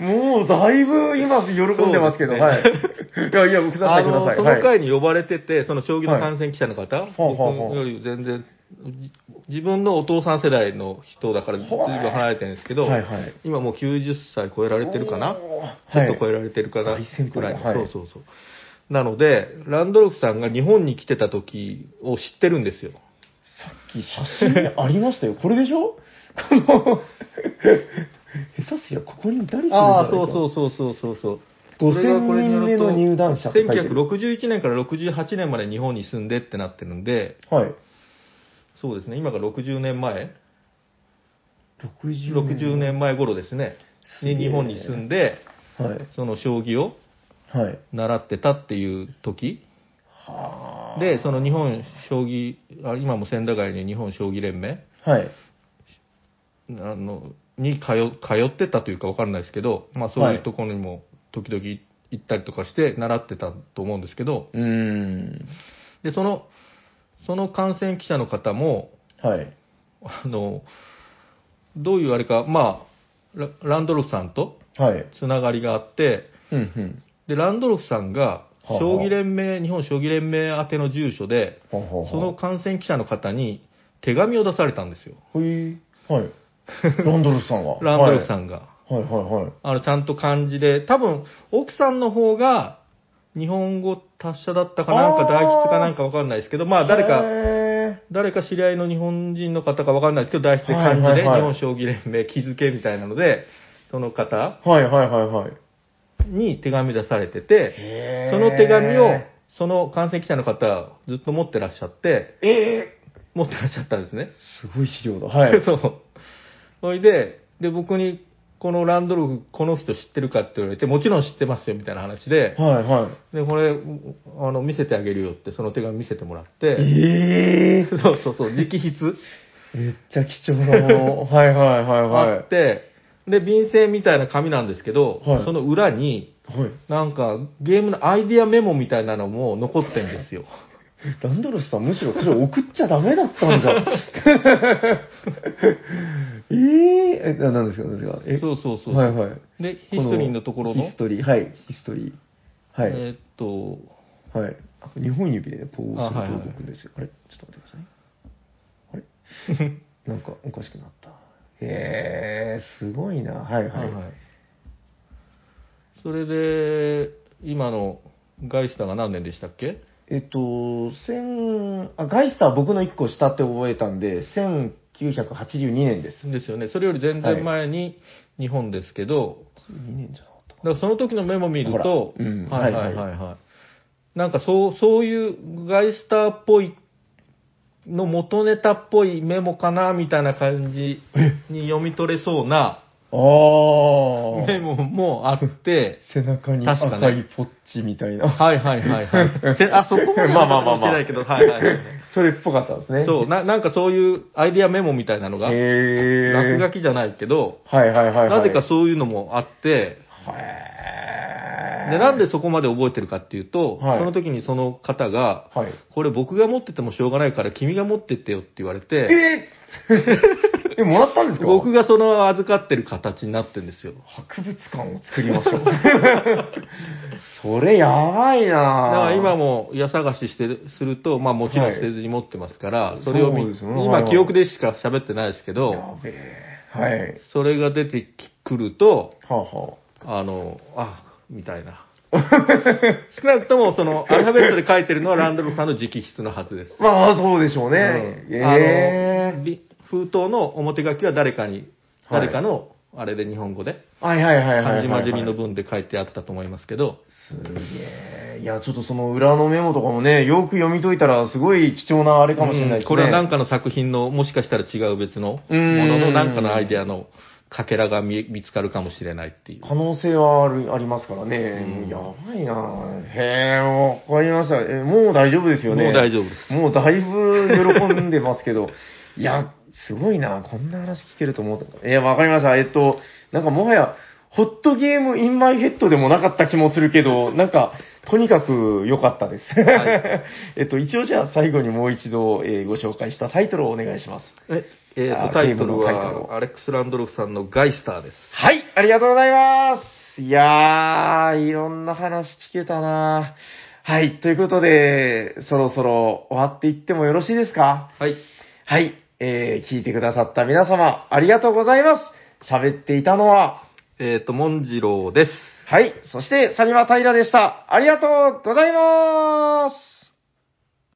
Speaker 1: もうだいぶ今喜んでますけど、
Speaker 2: そう
Speaker 1: はい。いやいや、くださ
Speaker 2: あ
Speaker 1: い、くださ
Speaker 2: の、
Speaker 1: い。
Speaker 2: そ
Speaker 1: は
Speaker 2: の
Speaker 1: い
Speaker 2: 回に呼ばれてて、その将棋の観戦記者の方、
Speaker 1: ほうほうほう
Speaker 2: 僕より全然、じ自分のお父さん世代の人だから、ずいぶん離れてるんですけど、
Speaker 1: はいはい
Speaker 2: 今もう90歳超えられてるかな、
Speaker 1: おー
Speaker 2: ちょっと
Speaker 1: は
Speaker 2: 超
Speaker 1: い
Speaker 2: えられてるかな、
Speaker 1: 大先輩だ
Speaker 2: ぐらい
Speaker 1: はい
Speaker 2: そうそうそう。なので、ランドルフさんが日本に来てた時を知ってるんですよ。
Speaker 1: さっき写真にありましたよ。これでしょこの、 [laughs] 下手すりゃここに誰するんじゃない
Speaker 2: ああ、そうそうそうそうそうそう。
Speaker 1: 5000人目の入団者って書いてる
Speaker 2: 1961年から68年まで日本に住んでってなってるんで、
Speaker 1: う。はい。
Speaker 2: そうですね、今が60年前、
Speaker 1: 60
Speaker 2: 60年前頃ですね、
Speaker 1: すげえ
Speaker 2: に日本に住んで、
Speaker 1: はい。
Speaker 2: その将棋を
Speaker 1: はい。
Speaker 2: 習ってたっていう時
Speaker 1: はあ。
Speaker 2: で、その日本将棋、あ今も千駄ヶ谷に日本将棋連盟
Speaker 1: はい。
Speaker 2: あのに通通ってたというか分かんないですけど、まあ、そういうところにも時々行ったりとかして習ってたと思うんですけど、
Speaker 1: うーん。
Speaker 2: でそのその感染記者の方も、
Speaker 1: はい。
Speaker 2: あのどういうあれか、まあ、ラランドルフさんと
Speaker 1: はい。
Speaker 2: つながりがあって、
Speaker 1: うんうん。
Speaker 2: でランドルフさんが
Speaker 1: はあはあ
Speaker 2: 将棋連盟、日本将棋連盟宛ての住所で、
Speaker 1: ははは
Speaker 2: その感染記者の方に手紙を出されたんですよ、
Speaker 1: ほい。はい。ランドルフさんは
Speaker 2: [laughs] ランドルフさ
Speaker 1: ん。
Speaker 2: んが。
Speaker 1: はいはいはい。
Speaker 2: あの、ちゃんと漢字で、多分、奥さんの方が、日本語達者だったかなんか、
Speaker 1: あー
Speaker 2: 大吉かなんかわかんないですけど、まあ、誰か、
Speaker 1: か。
Speaker 2: 誰か知り合いの日本人の方かわかんないですけど、大吉で
Speaker 1: はい
Speaker 2: 漢
Speaker 1: はい
Speaker 2: 字
Speaker 1: はい
Speaker 2: で、日本将棋連盟気づけみたいなので、その方
Speaker 1: はいはいはいはい。
Speaker 2: に手紙出されてて、
Speaker 1: へー
Speaker 2: その手紙を、その感染記者の方、ずっと持ってらっしゃって、
Speaker 1: え
Speaker 2: 持ってらっしゃったんですね
Speaker 1: ー。すごい資料だ。
Speaker 2: [laughs]
Speaker 1: はい。
Speaker 2: そう。それで、で、僕に、このランドルフ、この人知ってるかって言われて、もちろん知ってますよ、みたいな話で、
Speaker 1: はいはい。
Speaker 2: で、これ、うあの、見せてあげるよって、その手紙見せてもらって、
Speaker 1: え
Speaker 2: [laughs] そう
Speaker 1: ー
Speaker 2: そうそう、直筆
Speaker 1: めっちゃ貴重なもの。はいはいはいはい。
Speaker 2: あって、で、便箋みたいな紙なんですけど、
Speaker 1: はい
Speaker 2: その裏に、
Speaker 1: はい。
Speaker 2: なんか、ゲームのアイディアメモみたいなのも残ってんですよ。
Speaker 1: ランドルフさん、むしろそれ送っちゃダメだったんじゃん。
Speaker 2: [laughs]
Speaker 1: えーえ、ななんですか、なんですか。え、
Speaker 2: そうそうそう。
Speaker 1: はいはい。
Speaker 2: で、ヒストリーのところの、
Speaker 1: ヒストリー、はい、ヒストリー。はい。
Speaker 2: えーっ
Speaker 1: [laughs]
Speaker 2: と、
Speaker 1: はい。日本指でね、こうす
Speaker 2: あ
Speaker 1: る
Speaker 2: はいはい
Speaker 1: と動くんですよ。あ,、れちょっと待ってください。あれなんかおかしくなった。へえー、すごいな。はいはい。
Speaker 2: はいはいそれで、今のガイスターが何年でしたっけ
Speaker 1: えっと、千、あ、ガイスターは僕の1個下って覚えたんで、1982年です。
Speaker 2: ですよね。それより全然前に日本ですけど、
Speaker 1: 2年じゃなかったか
Speaker 2: だからその時のメモ見ると
Speaker 1: ほ、らうん
Speaker 2: はいはい
Speaker 1: は
Speaker 2: はいいはい。なんかそう、そういうガイスターっぽい、の元ネタっぽいメモかな、みたいな感じに読み取れそうな
Speaker 1: あ
Speaker 2: メ [laughs]
Speaker 1: ー。
Speaker 2: モもあって、
Speaker 1: 背中に
Speaker 2: 確かね
Speaker 1: 赤いポッチみたいな。
Speaker 2: はいはいは
Speaker 1: [laughs]
Speaker 2: いはい。せあ、そこまで
Speaker 1: まあまあまあ
Speaker 2: は
Speaker 1: まあ
Speaker 2: かもしれないけど、はいはいはい。
Speaker 1: [laughs] それっぽかったんですね。 [laughs]
Speaker 2: そう、ななんかそういうアイディアメモみたいなのが、
Speaker 1: へ
Speaker 2: 落書
Speaker 1: き。
Speaker 2: きじゃないけど、
Speaker 1: はいはいはい、はい。
Speaker 2: なぜかそういうのもあって、
Speaker 1: へー
Speaker 2: で、なんでそこまで覚えてるかっていうと、
Speaker 1: はい
Speaker 2: その時にその方が、
Speaker 1: はい。
Speaker 2: これ僕が持っててもしょうがないから君が持ってってよって言われて、
Speaker 1: え
Speaker 2: [laughs]
Speaker 1: ーえ、もらったんですか
Speaker 2: 僕がその預かってる形になってるんですよ。
Speaker 1: 博物館を作りましょう。 [laughs] それやばい
Speaker 2: だ
Speaker 1: なぁ
Speaker 2: から今も家探ししてるすると、まあもちろん捨てずに持ってますから、
Speaker 1: い
Speaker 2: それを見
Speaker 1: そうですよねはい
Speaker 2: 今
Speaker 1: はい
Speaker 2: 記憶でしか喋ってないですけど、
Speaker 1: やべえ。はい。
Speaker 2: それが出てくると、
Speaker 1: はあ、は
Speaker 2: あの、あ、みた
Speaker 1: [laughs]
Speaker 2: いな。少なくともそのアルファベットで書いてるのはランドルフさんの直筆のはずです。
Speaker 1: あ、まあ、そうでしょうね。
Speaker 2: うんあ
Speaker 1: え
Speaker 2: のび封筒の表書きは誰かに、
Speaker 1: はい
Speaker 2: 誰かの、あれで日本語で、
Speaker 1: えはいはいはいはいはい。
Speaker 2: 漢字混じりの。文で書いてあったと思いますけど、
Speaker 1: すげえ。いや、ちょっとその裏のメモとかもね、よく読み解いたらすごい貴重なあれかもしれないですね。
Speaker 2: うんこれは何
Speaker 1: か、
Speaker 2: かの作品の、もしかしたら違う別のも
Speaker 1: うん
Speaker 2: のの何かのアイデアのかけらが見見つかるかもしれないっていう。
Speaker 1: 可能性はあるありますからね。
Speaker 2: うん
Speaker 1: やばいなへえ、わかりました。えもう大丈夫ですよね。
Speaker 2: もう大丈夫です。
Speaker 1: もうだいぶ喜んでますけど。 [laughs] いや、すごいなこんな話聞けると思うと。いや、わかりました。えっと、なんかもはや、ホットゲームインマイヘッドでもなかった気もするけど、 [laughs] なんか、とにかく良かったです。
Speaker 2: はい
Speaker 1: [laughs] えっと、一応じゃあ最後にもう一度、えーご紹介したタイトルをお願いします。
Speaker 2: え、えー
Speaker 1: あ
Speaker 2: と、タイト
Speaker 1: ゲーム
Speaker 2: ル
Speaker 1: のタイトル
Speaker 2: は、アレックス・ランドロフさんのガイスターです。
Speaker 1: はい、ありがとうございます。いやー、いろんな話聞けたなはい、ということで、そろそろ終わっていってもよろしいですか
Speaker 2: はい。
Speaker 1: はい、えー、聞いてくださった皆様、ありがとうございます。喋っていたのは、
Speaker 2: えっ、と、モンジローです。
Speaker 1: はい、そして、サリマタイラでした。ありがとうございます。